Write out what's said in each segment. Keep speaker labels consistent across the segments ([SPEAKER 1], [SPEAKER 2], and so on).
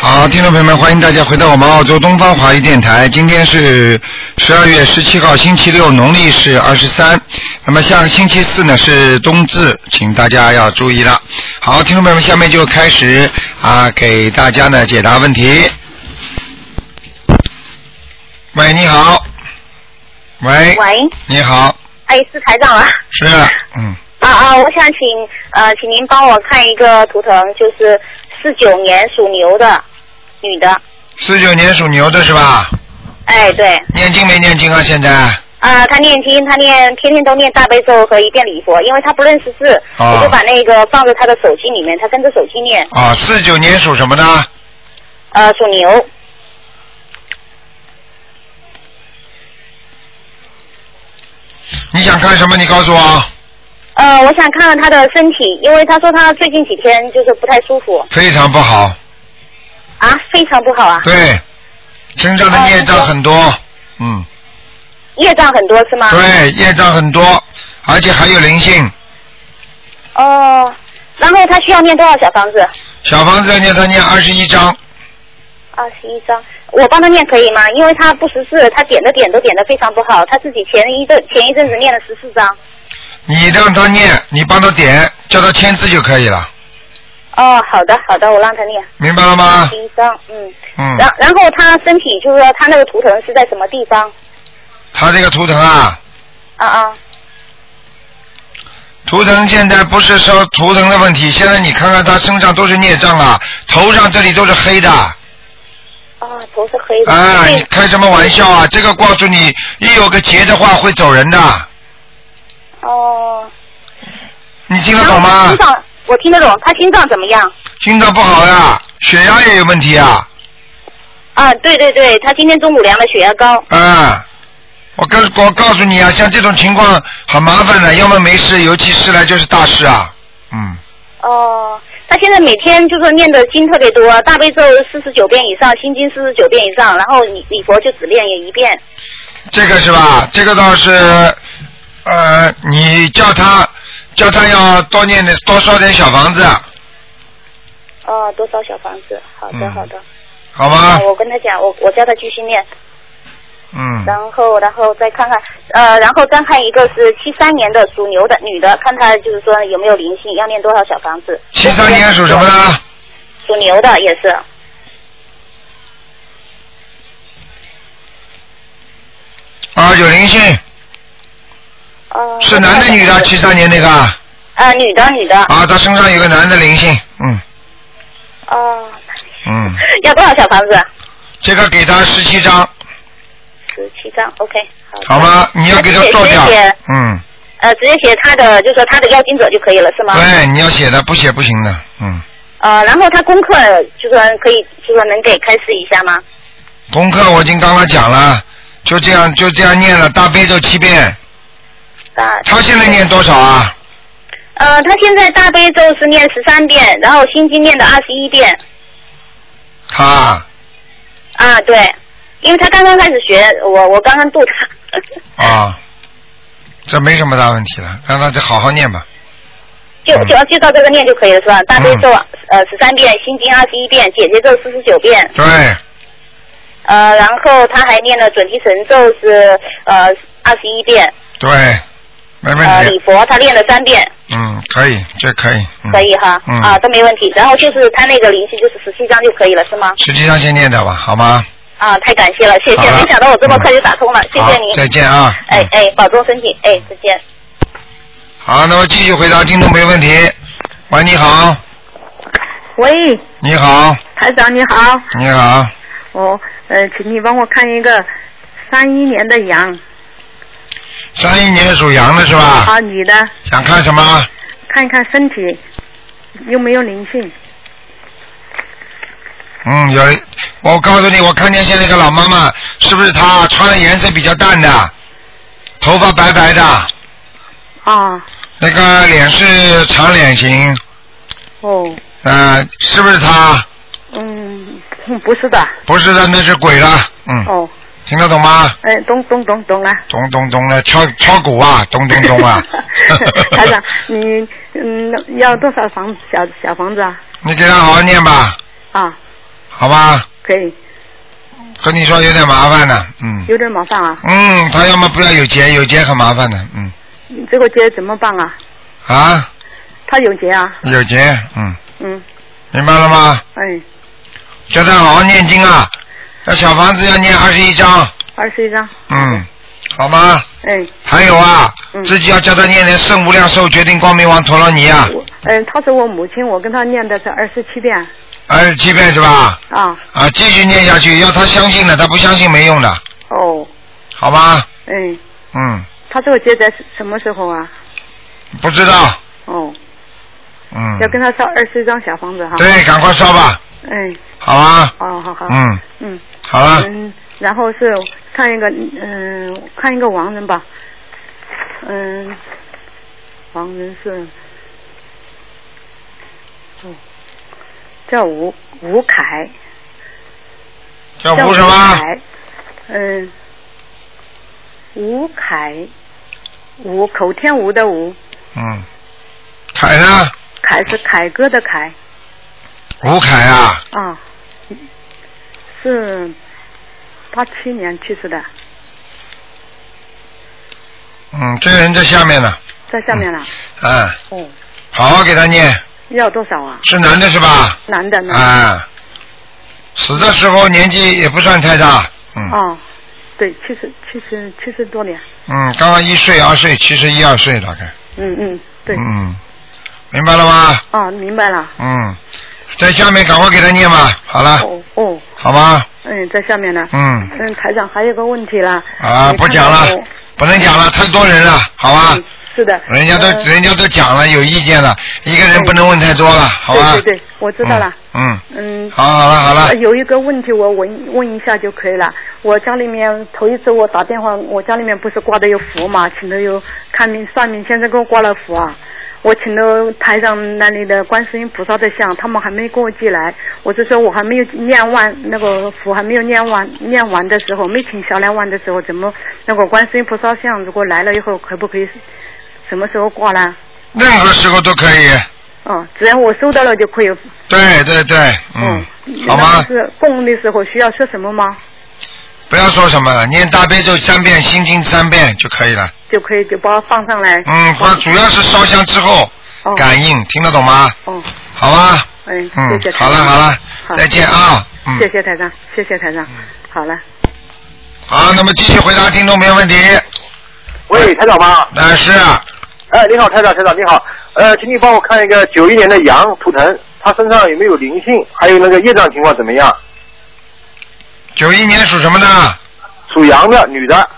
[SPEAKER 1] 好，听众朋友们，欢迎大家回到我们澳洲东方华语电台。今天是十二月十七号，星期六，农历是二十三。那么下个星期四呢是冬至，请大家要注意了。好，听众朋友们，下面就开始啊，给大家呢解答问题。喂，你好。喂。
[SPEAKER 2] 喂，
[SPEAKER 1] 你好，
[SPEAKER 2] 哎，是台长啊。
[SPEAKER 1] 是，嗯，
[SPEAKER 2] 啊啊，我想请呃，请您帮我看一个图腾，就是四九年属牛的女的。
[SPEAKER 1] 四九年属牛的是吧？
[SPEAKER 2] 哎，对，
[SPEAKER 1] 念经没念经啊？现在？
[SPEAKER 2] 啊，她念经，她念天天都念大悲咒和一遍礼佛，因为她不认识字，
[SPEAKER 1] 哦
[SPEAKER 2] 我就把那个放在她的手机里面，她跟着手机念。
[SPEAKER 1] 啊，四九年属什么呢？
[SPEAKER 2] 呃，属牛，
[SPEAKER 1] 你想看什么？你告诉我。
[SPEAKER 2] 呃，我想看看她的身体，因为她说她最近几天就是不太舒服
[SPEAKER 1] 非常不好。
[SPEAKER 2] 啊，非常不好啊，
[SPEAKER 1] 对，身上的孽障很多，嗯，
[SPEAKER 2] 业障很多是吗？
[SPEAKER 1] 对，业障很多，而且还有灵性。
[SPEAKER 2] 哦，然后她需要念多少小房子？
[SPEAKER 1] 小房子要念他念二十一章，
[SPEAKER 2] 二十一张，我帮他念可以吗？因为他不识字，他点的点都点的非常不好，他自己前一阵前一阵子念了十四张。
[SPEAKER 1] 你让他念，你帮他点，叫他签字就可以了，
[SPEAKER 2] 哦，好的好的，我让他念
[SPEAKER 1] 明白了吗
[SPEAKER 2] 十？一张，嗯，
[SPEAKER 1] 嗯，
[SPEAKER 2] 然然后他身体就是说他那个图腾是在什么地方？
[SPEAKER 1] 他这个图腾啊，
[SPEAKER 2] 啊啊，
[SPEAKER 1] 图腾现在不是说图腾的问题，现在你看看他身上都是孽障啊，头上这里都是黑的，
[SPEAKER 2] 啊，头是黑的，
[SPEAKER 1] 啊，
[SPEAKER 2] 对
[SPEAKER 1] 你开什么玩笑啊？这个告诉你，一有个劫的话会走人的，
[SPEAKER 2] 哦，
[SPEAKER 1] 你听得
[SPEAKER 2] 然
[SPEAKER 1] 懂
[SPEAKER 2] 后他
[SPEAKER 1] 吗
[SPEAKER 2] 心？脏我听得懂，他心脏怎么样？
[SPEAKER 1] 心脏不好呀、血压也有问题啊。
[SPEAKER 2] 啊，对对对，他今天中午量的血压高。
[SPEAKER 1] 啊，我告我告诉你啊，像这种情况很麻烦的，要么没事，尤其事来就是大事啊。嗯，
[SPEAKER 2] 哦，他现在每天就是念的经特别多，大悲咒四十九遍以上，心经四十九遍以上，然后礼礼佛就只念一遍。
[SPEAKER 1] 这个是吧？这个倒是，呃，你叫他叫他要多念点多烧点小房子，
[SPEAKER 2] 哦，多少小房子？好的，
[SPEAKER 1] 嗯
[SPEAKER 2] 好的。
[SPEAKER 1] 好吗
[SPEAKER 2] 啊，？
[SPEAKER 3] 哦
[SPEAKER 2] 我跟他讲，我我叫他继续念，
[SPEAKER 1] 嗯，
[SPEAKER 2] 然后然后再看看，呃，然后再看一个是七三年的属牛的女的，看她就是说有没有灵性，要念多少小房子？
[SPEAKER 1] 七三年属什么呢？
[SPEAKER 2] 属牛的也是。
[SPEAKER 1] 啊，有灵性，
[SPEAKER 2] 哦。
[SPEAKER 1] 是男的女的？七三年那个啊，
[SPEAKER 2] 呃，女的，女的。
[SPEAKER 1] 啊他身上有个男的灵性，嗯
[SPEAKER 2] 哦。
[SPEAKER 1] 嗯，
[SPEAKER 2] 要多少小房子？啊
[SPEAKER 1] 这个给他十七张，
[SPEAKER 2] 十七张，OK。的
[SPEAKER 1] 好吗？你要给他做掉
[SPEAKER 2] 谢谢，
[SPEAKER 1] 嗯，
[SPEAKER 2] 呃，直接写他的，就说他的要经者就可以了，是吗？
[SPEAKER 1] 对，你要写的，不写不行的，嗯。
[SPEAKER 2] 呃，然后他功课就说可以，就说能给开示一下吗？
[SPEAKER 1] 功课我已经刚刚讲了，就这样就这样念了大悲咒七遍。
[SPEAKER 2] 啊，
[SPEAKER 1] 他现在念多少啊？
[SPEAKER 2] 呃，他现在大悲咒是念十三遍，然后心经念的二十一遍。
[SPEAKER 1] 他啊
[SPEAKER 2] 啊，对，因为他刚刚开始学，我我刚刚度他。
[SPEAKER 1] 啊，这没什么大问题了，让他再好好念吧。
[SPEAKER 2] 就
[SPEAKER 1] 嗯
[SPEAKER 2] 就就照这个念就可以了，是吧？大悲咒、
[SPEAKER 1] 嗯
[SPEAKER 2] 呃十三遍，心经二十一遍，姐姐咒四十九遍，
[SPEAKER 1] 对，
[SPEAKER 2] 呃，然后他还念了准提神咒是呃二十一遍，
[SPEAKER 1] 对，没
[SPEAKER 2] 呃
[SPEAKER 1] 问
[SPEAKER 2] 礼
[SPEAKER 1] 题。
[SPEAKER 2] 佛他练了三遍，
[SPEAKER 1] 嗯，可以，这可以。嗯、
[SPEAKER 2] 可以哈，
[SPEAKER 1] 嗯
[SPEAKER 2] 啊都没问题。然后就是他那个灵性就是十七张就可以了，是吗？
[SPEAKER 1] 实际上先念掉吧，好吗？
[SPEAKER 2] 啊，太感谢了，谢谢，
[SPEAKER 1] 好了
[SPEAKER 2] 没想到我这么快就打通了，谢
[SPEAKER 1] 好
[SPEAKER 2] 谢您。
[SPEAKER 1] 再见啊。
[SPEAKER 2] 哎哎，保重身体，哎，再见。
[SPEAKER 1] 好，那么继续回答听众朋友问题。喂，你好，
[SPEAKER 4] 喂，
[SPEAKER 1] 你好，
[SPEAKER 4] 台长你好，
[SPEAKER 1] 你好，
[SPEAKER 4] 哦，呃，请你帮我看一个三一年的羊
[SPEAKER 1] 三一年属羊的是吧？
[SPEAKER 4] 啊，女的，
[SPEAKER 1] 想看什么？
[SPEAKER 4] 看一看身体有没有灵性
[SPEAKER 1] 嗯，有。我告诉你，我看见现在一个老妈妈，是不是她穿的颜色比较淡的，头发白白的，
[SPEAKER 4] 啊？
[SPEAKER 1] 那个脸是长脸型，
[SPEAKER 4] 哦，
[SPEAKER 1] 呃，是不是她？
[SPEAKER 4] 嗯，哼不是的，
[SPEAKER 1] 不是的，那是鬼了。嗯，
[SPEAKER 4] 哦，
[SPEAKER 1] 听得懂吗？
[SPEAKER 4] 哎，懂懂懂 懂啊。。
[SPEAKER 1] 咚咚咚的，敲敲鼓啊，咚咚咚啊
[SPEAKER 4] 台长，你嗯要多少房小小房子啊？
[SPEAKER 1] 你给她好好念吧，
[SPEAKER 4] 啊，
[SPEAKER 1] 好吧？
[SPEAKER 4] 可以，
[SPEAKER 1] 跟你说有点麻烦了，嗯
[SPEAKER 4] 有点麻烦啊，
[SPEAKER 1] 嗯，他要么不要有结，有结很麻烦的，嗯
[SPEAKER 4] 这个结怎么办啊？
[SPEAKER 1] 啊，
[SPEAKER 4] 他有结啊，
[SPEAKER 1] 有结，嗯，
[SPEAKER 4] 嗯，
[SPEAKER 1] 明白了吗？
[SPEAKER 4] 哎，
[SPEAKER 1] 叫他好好念经啊，要小房子要念二十一章，
[SPEAKER 4] 二十一张，
[SPEAKER 1] 嗯，好吗？
[SPEAKER 4] 哎，
[SPEAKER 1] 还有啊，
[SPEAKER 4] 嗯
[SPEAKER 1] 自己要叫他念点圣无量寿决定光明王陀罗尼啊，
[SPEAKER 4] 我，嗯，他是我母亲，我跟他念的是二十七遍
[SPEAKER 1] 二哎十七遍是吧？
[SPEAKER 4] 啊，
[SPEAKER 1] 啊，继续念下去，要他相信的，他不相信没用的，
[SPEAKER 4] 哦，
[SPEAKER 1] 好吧？
[SPEAKER 4] 嗯，
[SPEAKER 1] 嗯，
[SPEAKER 4] 他这个结在什么时候啊？
[SPEAKER 1] 不知道，
[SPEAKER 4] 哦，
[SPEAKER 1] 嗯
[SPEAKER 4] 要，跟他烧二十一张小房子哈，
[SPEAKER 1] 对，赶快烧吧，
[SPEAKER 4] 哎，
[SPEAKER 1] 好吧？
[SPEAKER 4] 哦，好好，
[SPEAKER 1] 嗯，
[SPEAKER 4] 嗯
[SPEAKER 1] 好了，
[SPEAKER 4] 嗯，然后是看一个，嗯、看一个亡人吧，嗯、亡人是，哦，叫吴吴凯，
[SPEAKER 1] 叫
[SPEAKER 4] 叫
[SPEAKER 1] 吴什么？
[SPEAKER 4] 凯，嗯、吴凯，吴口天吴的吴，
[SPEAKER 1] 嗯，凯呢？
[SPEAKER 4] 凯是凯歌的凯
[SPEAKER 1] 吴凯啊，
[SPEAKER 4] 啊，是八七年去世的，
[SPEAKER 1] 嗯，这个人在下面呢，
[SPEAKER 4] 在下面了，
[SPEAKER 1] 嗯，
[SPEAKER 4] 哦，
[SPEAKER 1] 好好给他念，
[SPEAKER 4] 要多少啊？
[SPEAKER 1] 是男的是吧？
[SPEAKER 4] 男的呢？
[SPEAKER 1] 啊，死的时候年纪也不算太大，嗯
[SPEAKER 4] 哦，对，七十七十七十多年，
[SPEAKER 1] 嗯，刚刚一岁二岁，其实一二岁大概，
[SPEAKER 4] 嗯嗯，对，
[SPEAKER 1] 嗯，明白了吗？
[SPEAKER 4] 啊，明白了，
[SPEAKER 1] 嗯，在下面赶快给他念吧，好了，
[SPEAKER 4] 哦哦，
[SPEAKER 1] 好吧，
[SPEAKER 4] 嗯，在下面呢，
[SPEAKER 1] 啊嗯，
[SPEAKER 4] 嗯，台长还有个问题啦，
[SPEAKER 1] 啊，
[SPEAKER 4] 你看
[SPEAKER 1] 不讲
[SPEAKER 4] 到
[SPEAKER 1] 了
[SPEAKER 4] 我，
[SPEAKER 1] 不能讲了，太多人了，好吧
[SPEAKER 4] 嗯？是的，
[SPEAKER 1] 人家都
[SPEAKER 4] 呃
[SPEAKER 1] 人家都讲了，有意见了，一个人不能问太多了，好吧？
[SPEAKER 4] 对对对，我知道了，
[SPEAKER 1] 嗯。嗯，
[SPEAKER 4] 嗯。
[SPEAKER 1] 好，好了，好了
[SPEAKER 4] 呃。有一个问题我问问一下就可以了。我家里面头一次我打电话，我家里面不是挂的有符嘛，请的有看命算命先生给我挂了符啊。我请的台上那里的观世音菩萨的像，他们还没给我寄来。我就说我还没有念完那个符，还没有念完念完的时候，没请小梁完的时候，怎么那个观世音菩萨像如果来了以后，可不可以什么时候挂呢？
[SPEAKER 1] 任何时候都可以。
[SPEAKER 4] 嗯，只要我收到了就可以。
[SPEAKER 1] 对对对，嗯，好
[SPEAKER 4] 那
[SPEAKER 1] 吗？
[SPEAKER 4] 是供的时候需要说什么吗？
[SPEAKER 1] 不要说什么了，念大悲咒三遍，心经三遍就可以了。
[SPEAKER 4] 就可以就把它放上来。
[SPEAKER 1] 嗯，不，主要是烧香之后
[SPEAKER 4] 哦
[SPEAKER 1] 感应，听得懂吗？
[SPEAKER 4] 哦，
[SPEAKER 1] 好吧，
[SPEAKER 4] 嗯，谢谢
[SPEAKER 1] 嗯，
[SPEAKER 4] 台
[SPEAKER 1] 好
[SPEAKER 4] 长。
[SPEAKER 1] 了好了，
[SPEAKER 4] 好
[SPEAKER 1] 再见啊，嗯，
[SPEAKER 4] 谢谢台长，谢谢台长。好了，
[SPEAKER 1] 好，那么继续回答听众朋友问题。
[SPEAKER 5] 喂，台长吗？
[SPEAKER 1] 但是啊
[SPEAKER 5] 哎，你好，台长，台长你好。呃，请你帮我看一个九一年的羊图腾，它身上有没有灵性？还有那个业障情况怎么样？
[SPEAKER 1] 九一年属什么的？
[SPEAKER 5] 属羊的女的，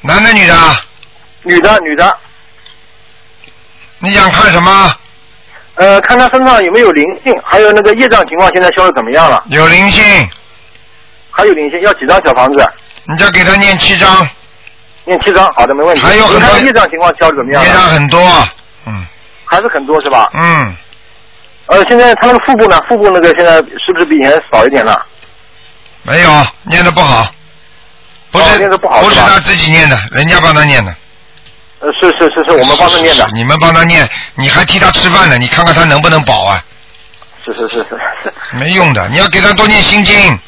[SPEAKER 1] 男的啊女的？
[SPEAKER 5] 女的，女的。
[SPEAKER 1] 你想看什么？
[SPEAKER 5] 呃，看她身上有没有灵性，还有那个业障情况现在消的怎么样了？
[SPEAKER 1] 有灵性，
[SPEAKER 5] 还有灵性，要几张小房子？
[SPEAKER 1] 你再给他念七章，
[SPEAKER 5] 念七张，好的，没问题。
[SPEAKER 1] 还有很
[SPEAKER 5] 你
[SPEAKER 1] 多
[SPEAKER 5] 看她业障情况消的怎么
[SPEAKER 1] 业
[SPEAKER 5] 样
[SPEAKER 1] 障
[SPEAKER 5] 了？
[SPEAKER 1] 很多，嗯
[SPEAKER 5] 还是很多是吧？
[SPEAKER 1] 嗯，
[SPEAKER 5] 呃，现在她那个腹部呢？腹部那个现在是不是比以前少一点了？
[SPEAKER 1] 没有，念的不好，不
[SPEAKER 5] 哦
[SPEAKER 1] 是、
[SPEAKER 5] 念得不好
[SPEAKER 1] 是
[SPEAKER 5] 是吧
[SPEAKER 1] 他自己念的，人家帮他念的。
[SPEAKER 5] 呃，是是是是，我们帮她念的
[SPEAKER 1] 是。是你们帮他念，你还替他吃饭呢，你看看他能不能保啊？
[SPEAKER 5] 是是是是是，
[SPEAKER 1] 没用的，你要给他多念心经。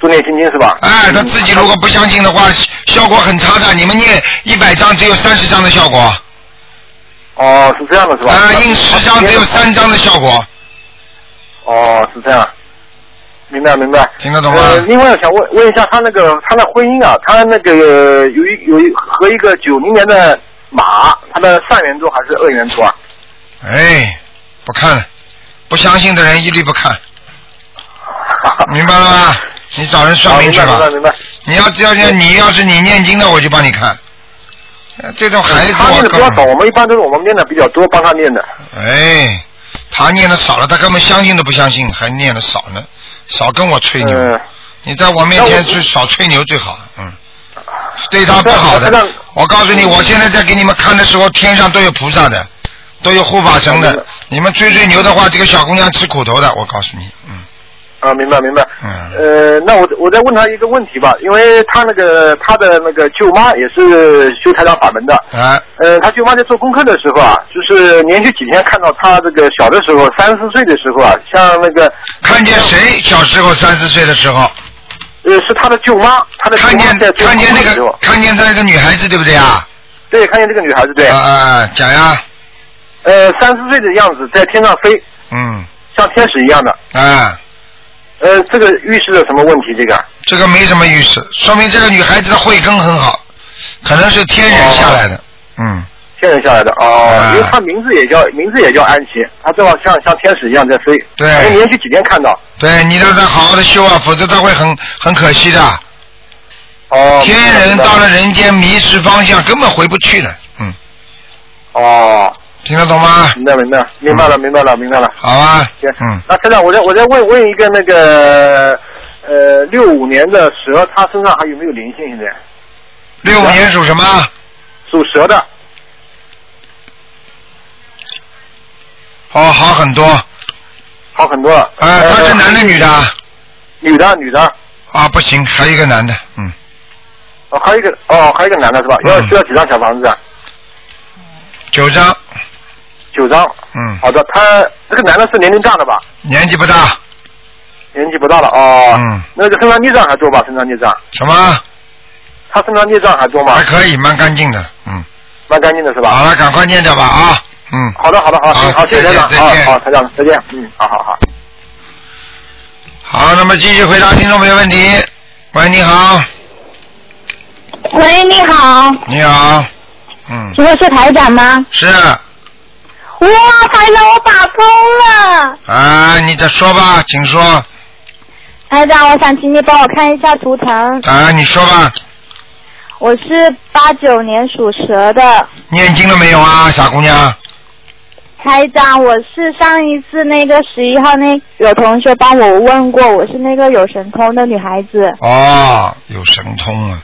[SPEAKER 5] 多念心经是吧？
[SPEAKER 1] 哎，他自己如果不相信的话，效果很差的。你们念一百张只有三十张的效果，
[SPEAKER 5] 哦，是这样的是吧？
[SPEAKER 1] 啊，印十张只有三张的效果，
[SPEAKER 5] 哦，是这样，明白明白。
[SPEAKER 1] 听得懂吗？
[SPEAKER 5] 呃，另外想问问一下他那个他的婚姻啊，他那个有一有一和一个九零年的马，他的善缘多还是恶缘多啊？
[SPEAKER 1] 哎，不看了，不相信的人一律 不看，明白了吗？你找人算
[SPEAKER 5] 啊
[SPEAKER 1] 命
[SPEAKER 5] 明白
[SPEAKER 1] 去
[SPEAKER 5] 明
[SPEAKER 1] 吧
[SPEAKER 5] 白。明白。
[SPEAKER 1] 你要要是你要是你念经的，我就帮你看。呃这种孩子
[SPEAKER 5] 他念
[SPEAKER 1] 我
[SPEAKER 5] 的比
[SPEAKER 1] 根
[SPEAKER 5] 较少，
[SPEAKER 1] 本
[SPEAKER 5] 我们一般都是我们念的比较多，帮他念的。
[SPEAKER 1] 哎，他念的少了，他根本相信都不相信，还念的少呢，少跟我吹牛。
[SPEAKER 5] 嗯，
[SPEAKER 1] 你在我面
[SPEAKER 5] 那
[SPEAKER 1] 前
[SPEAKER 5] 我
[SPEAKER 1] 最少吹牛最好，嗯，对他不好
[SPEAKER 5] 那
[SPEAKER 1] 的
[SPEAKER 5] 那。嗯
[SPEAKER 1] 我告诉你，我现在在给你们看的时候，天上都有菩萨的，都有护法神
[SPEAKER 5] 那
[SPEAKER 1] 的。你们吹吹牛的话，这个小姑娘吃苦头的，我告诉你，嗯，
[SPEAKER 5] 啊，明白明白。
[SPEAKER 1] 嗯，
[SPEAKER 5] 呃，那我我再问他一个问题吧，因为他那个他的那个舅妈也是修台长法门的，
[SPEAKER 1] 啊，
[SPEAKER 5] 呃，他舅妈在做功课的时候啊，就是连续几天看到他这个小的时候，三四岁的时候啊，像那个
[SPEAKER 1] 看见谁小时候三四岁的时候，
[SPEAKER 5] 呃是他的舅妈，他的舅
[SPEAKER 1] 看
[SPEAKER 5] 妈
[SPEAKER 1] 见
[SPEAKER 5] 在做
[SPEAKER 1] 看
[SPEAKER 5] 功
[SPEAKER 1] 见
[SPEAKER 5] 课的
[SPEAKER 1] 那
[SPEAKER 5] 时候，
[SPEAKER 1] 个看见那个女孩子对不对啊？
[SPEAKER 5] 对，看见这个女孩子对，
[SPEAKER 1] 啊啊，讲呀，
[SPEAKER 5] 呃，三四岁的样子在天上飞，
[SPEAKER 1] 嗯，
[SPEAKER 5] 像天使一样的，
[SPEAKER 1] 啊，
[SPEAKER 5] 呃，这个预示着什么问题？这个
[SPEAKER 1] 这个没什么预示，说明这个女孩子的慧根很好，可能是天
[SPEAKER 5] 哦
[SPEAKER 1] 人下来的，嗯，
[SPEAKER 5] 天人下来的哦，
[SPEAKER 1] 啊
[SPEAKER 5] 因为他名字也叫名字也叫安琪，他正好像像天使一样在飞，
[SPEAKER 1] 对
[SPEAKER 5] 哎连续几天看到，
[SPEAKER 1] 对你让她好好的修啊，否则她会很很可惜的。
[SPEAKER 5] 哦，
[SPEAKER 1] 天人
[SPEAKER 5] 明白
[SPEAKER 1] 到了人间迷失方向，根本回不去了，嗯，
[SPEAKER 5] 哦，
[SPEAKER 1] 听得懂吗？嗯
[SPEAKER 5] 明白明白明白了明白了明白了，
[SPEAKER 1] 好啊
[SPEAKER 5] 行，，
[SPEAKER 1] 嗯，
[SPEAKER 5] 那台长，我再我再问问一个那个呃六五年的蛇，它身上还有没有灵性？现在
[SPEAKER 1] 六五年属什么？
[SPEAKER 5] 属蛇的，
[SPEAKER 1] 哦，好很多，啊，
[SPEAKER 5] 好很多呃了。
[SPEAKER 1] 他是男的女的啊？
[SPEAKER 5] 女的女的，
[SPEAKER 1] 啊，不行，还有一个男的，
[SPEAKER 5] 啊
[SPEAKER 1] 嗯，
[SPEAKER 5] 哦还有一个哦还有一个男的是吧？要
[SPEAKER 1] 嗯
[SPEAKER 5] 需要几张小房子啊？
[SPEAKER 1] 九张，
[SPEAKER 5] 九张。
[SPEAKER 1] 嗯，
[SPEAKER 5] 好的，他这个男的是年龄大的吧？
[SPEAKER 1] 年纪不大，
[SPEAKER 5] 年纪不大了哦。
[SPEAKER 1] 嗯。
[SPEAKER 5] 那个身上孽障还多吧？身上孽障，
[SPEAKER 1] 什么
[SPEAKER 5] 他身上孽障还多吗
[SPEAKER 1] 还？可以，蛮干净的，嗯，
[SPEAKER 5] 蛮干净的是吧？
[SPEAKER 1] 好了，赶快念掉吧啊，嗯，
[SPEAKER 5] 好的好的好的，
[SPEAKER 1] 好
[SPEAKER 5] 好谢谢
[SPEAKER 1] 再
[SPEAKER 5] 台长，
[SPEAKER 1] 见再
[SPEAKER 5] 好
[SPEAKER 1] 见
[SPEAKER 5] 好台长再见，嗯，好好好。
[SPEAKER 1] 好，那么继续回答听众朋友问题。喂，你好，
[SPEAKER 6] 喂，你好，
[SPEAKER 1] 你好，嗯，
[SPEAKER 6] 请问是台长吗？
[SPEAKER 1] 是
[SPEAKER 6] 哇，台长，我打通了。
[SPEAKER 1] 啊，你再说吧，请说
[SPEAKER 6] 台长，我想请你帮我看一下图腾。
[SPEAKER 1] 啊，你说吧，
[SPEAKER 6] 我是八九年属蛇的，
[SPEAKER 1] 念经了没有啊，傻姑娘？
[SPEAKER 6] 台长，我是上一次那个十一号那有同学帮我问过，我是那个有神通的女孩子，
[SPEAKER 1] 哦，有神通啊，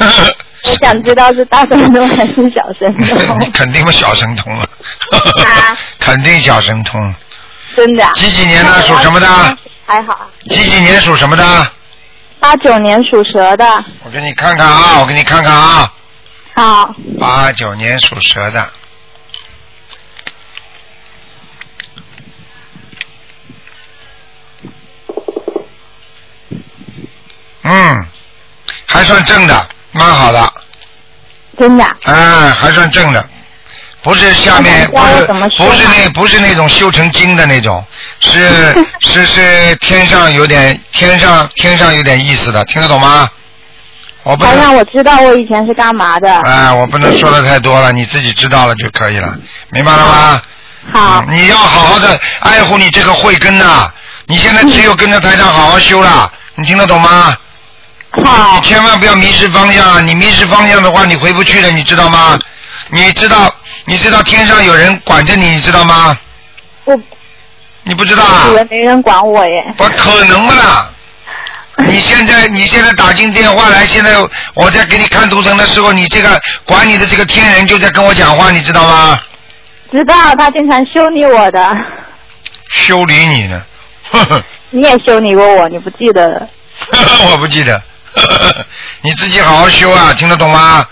[SPEAKER 6] 我想知道是大神通还是小神
[SPEAKER 1] 你
[SPEAKER 6] 通？
[SPEAKER 1] 肯定小神通了，
[SPEAKER 6] 啊
[SPEAKER 1] 肯定小神通。
[SPEAKER 6] 真的、啊？
[SPEAKER 1] 几几年的属什么的？？
[SPEAKER 6] 还好啊，
[SPEAKER 1] 几几年属什么的？
[SPEAKER 6] 八九年属蛇的。
[SPEAKER 1] 我给你看看啊，我给你看看啊，
[SPEAKER 6] 好，
[SPEAKER 1] 八九年属蛇的。嗯，还算正的，蛮好的，
[SPEAKER 6] 真的啊、
[SPEAKER 1] 嗯，还算正的，不是下面不
[SPEAKER 6] 那我
[SPEAKER 1] 是
[SPEAKER 6] 怎么说
[SPEAKER 1] 不
[SPEAKER 6] 呢
[SPEAKER 1] 是那不是那种修成精的那种， 是是是天上有点天上天上有点意思的，听得懂吗？我不
[SPEAKER 6] 台
[SPEAKER 1] 能
[SPEAKER 6] 长，我知道我以前是干嘛的。
[SPEAKER 1] 哎，我不能说的太多了，你自己知道了就可以了，明白了吗？
[SPEAKER 6] 好。
[SPEAKER 1] 嗯你要好好的爱护你这个慧根呐、你现在只有跟着台长好好修了，你听得懂吗？
[SPEAKER 6] 好
[SPEAKER 1] 你，千万不要迷失方向啊，你迷失方向的话，你回不去了，你知道吗？你知道，你知道天上有人管着你，你知道吗？
[SPEAKER 6] 我
[SPEAKER 1] 你不知道啊
[SPEAKER 6] 以？为没人管我耶。
[SPEAKER 1] 不可能的啦！ 你现在你现在打进电话来，现在我在给你看图腾的时候，你这个管你的这个天人就在跟我讲话，你知道吗？
[SPEAKER 6] 知道他经常修理我的，
[SPEAKER 1] 修理你呢， 呵呵
[SPEAKER 6] 你也修理过我，你不记得了？
[SPEAKER 1] 我不记得，你自己好好修啊，听得懂吗？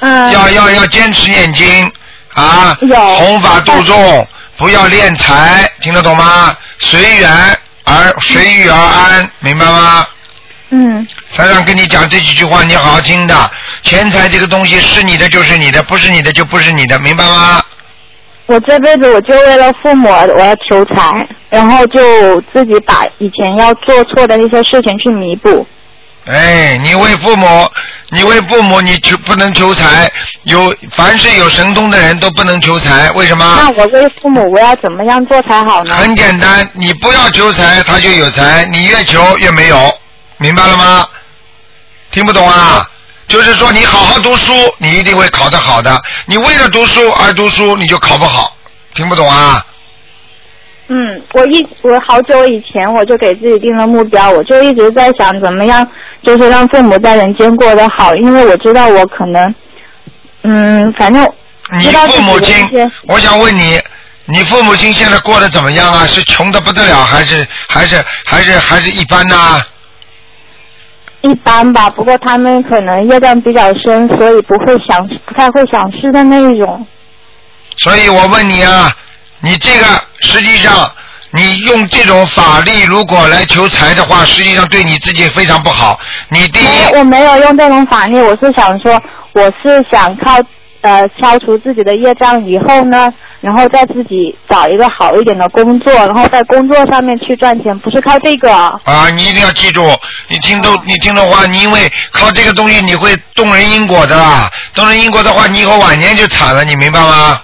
[SPEAKER 6] 嗯。
[SPEAKER 1] 要要要坚持念经啊，
[SPEAKER 6] 有
[SPEAKER 1] 弘法度众，不要敛财，听得懂吗？随缘而随遇而安，明白吗？
[SPEAKER 6] 嗯，
[SPEAKER 1] 台长跟你讲这几句话，你好好听的。钱财这个东西是你的就是你的，不是你的就不是你的，明白吗？
[SPEAKER 6] 我这辈子我就为了父母，我要求财，然后就自己把以前要做错的一些事情去弥补。
[SPEAKER 1] 哎，你为父母，你为父母，你求不能求财。有凡是有神通的人都不能求财，为什
[SPEAKER 6] 那
[SPEAKER 1] 么？
[SPEAKER 6] 我为父母，我要怎么样做才好呢？
[SPEAKER 1] 很简单，你不要求财，他就有财；你越求越没有，明白了吗？听不懂啊？就是说，你好好读书，你一定会考得好的。你为了读书而读书，你就考不好。听不懂啊？
[SPEAKER 6] 嗯，我一我好久以前我就给自己定了目标，我就一直在想怎么样，就是让父母在人间过得好，因为我知道我可能，嗯，反正
[SPEAKER 1] 哎你父母亲，我想问你，你父母亲现在过得怎么样啊？是穷的不得了，还是还是还是还是一般呐、
[SPEAKER 6] 一般吧，不过他们可能业障比较深，所以不会想，不太会想事的那一种。
[SPEAKER 1] 所以我问你啊，你这个实际上你用这种法力如果来求财的话，实际上对你自己非常不好。你第一，
[SPEAKER 6] 没有，我没有用这种法力，我是想说，我是想靠呃消除自己的业障以后呢，然后再自己找一个好一点的工作，然后在工作上面去赚钱，不是靠这个。
[SPEAKER 1] 啊，你一定要记住，你听懂你听懂话，你因为靠这个东西你会动人因果的啦，动人因果的话，你以后晚年就惨了，你明白吗？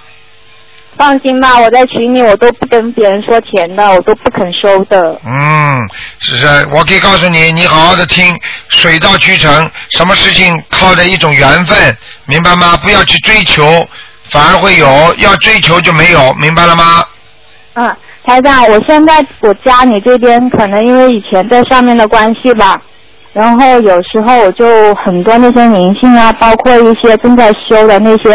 [SPEAKER 6] 放心吧，我在群里我都不跟别人说钱的，我都不肯收的。
[SPEAKER 1] 嗯，是是，我可以告诉你，你好好的听，水到渠成，什么事情靠着一种缘分，明白吗？不要去追求，反而会有，要追求就没有，明白了吗？
[SPEAKER 6] 嗯，台长，我现在我家里这边可能因为以前在上面的关系吧，然后有时候我就很多那些明星啊，包括一些正在修的那些，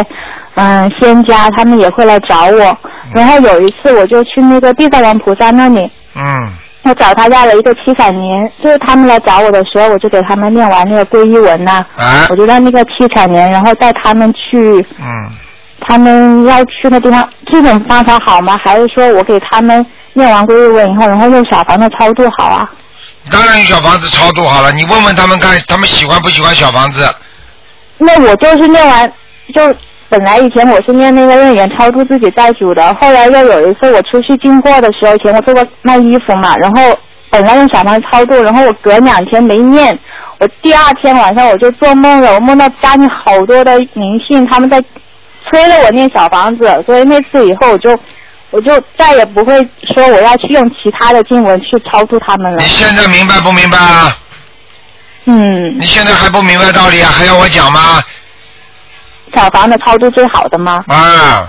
[SPEAKER 6] 嗯，仙家他们也会来找我。然后有一次我就去那个地藏王菩萨那里，
[SPEAKER 1] 嗯，
[SPEAKER 6] 我找他要了一个七彩莲，就是他们来找我的时候，我就给他们念完那个皈依文呐、
[SPEAKER 1] 啊
[SPEAKER 6] 我，就让那个七彩莲，然后带他们去
[SPEAKER 1] 嗯，
[SPEAKER 6] 他们要去那地方，这种方法好吗？还是说我给他们念完皈依文以后，然后用小房子操作好啊？
[SPEAKER 1] 当然有小房子超度好了，你问问他们看，他们喜欢不喜欢小房子？
[SPEAKER 6] 那我就是念完，就本来以前我是念那个认言超度自己债主的，后来又有一次我出去进货的时候，以前我做过卖衣服嘛，然后本来用小房子超度，然后我隔两天没念，我第二天晚上我就做梦了，我梦到家里好多的灵性，他们在催着我念小房子，所以那次以后我就。我就再也不会说我要去用其他的经文去超度他们了
[SPEAKER 1] 你。现在明白不明白啊？
[SPEAKER 6] 嗯
[SPEAKER 1] 你，现在还不明白道理啊？还要我讲吗？
[SPEAKER 6] 小房子超度最好的吗？
[SPEAKER 1] 啊，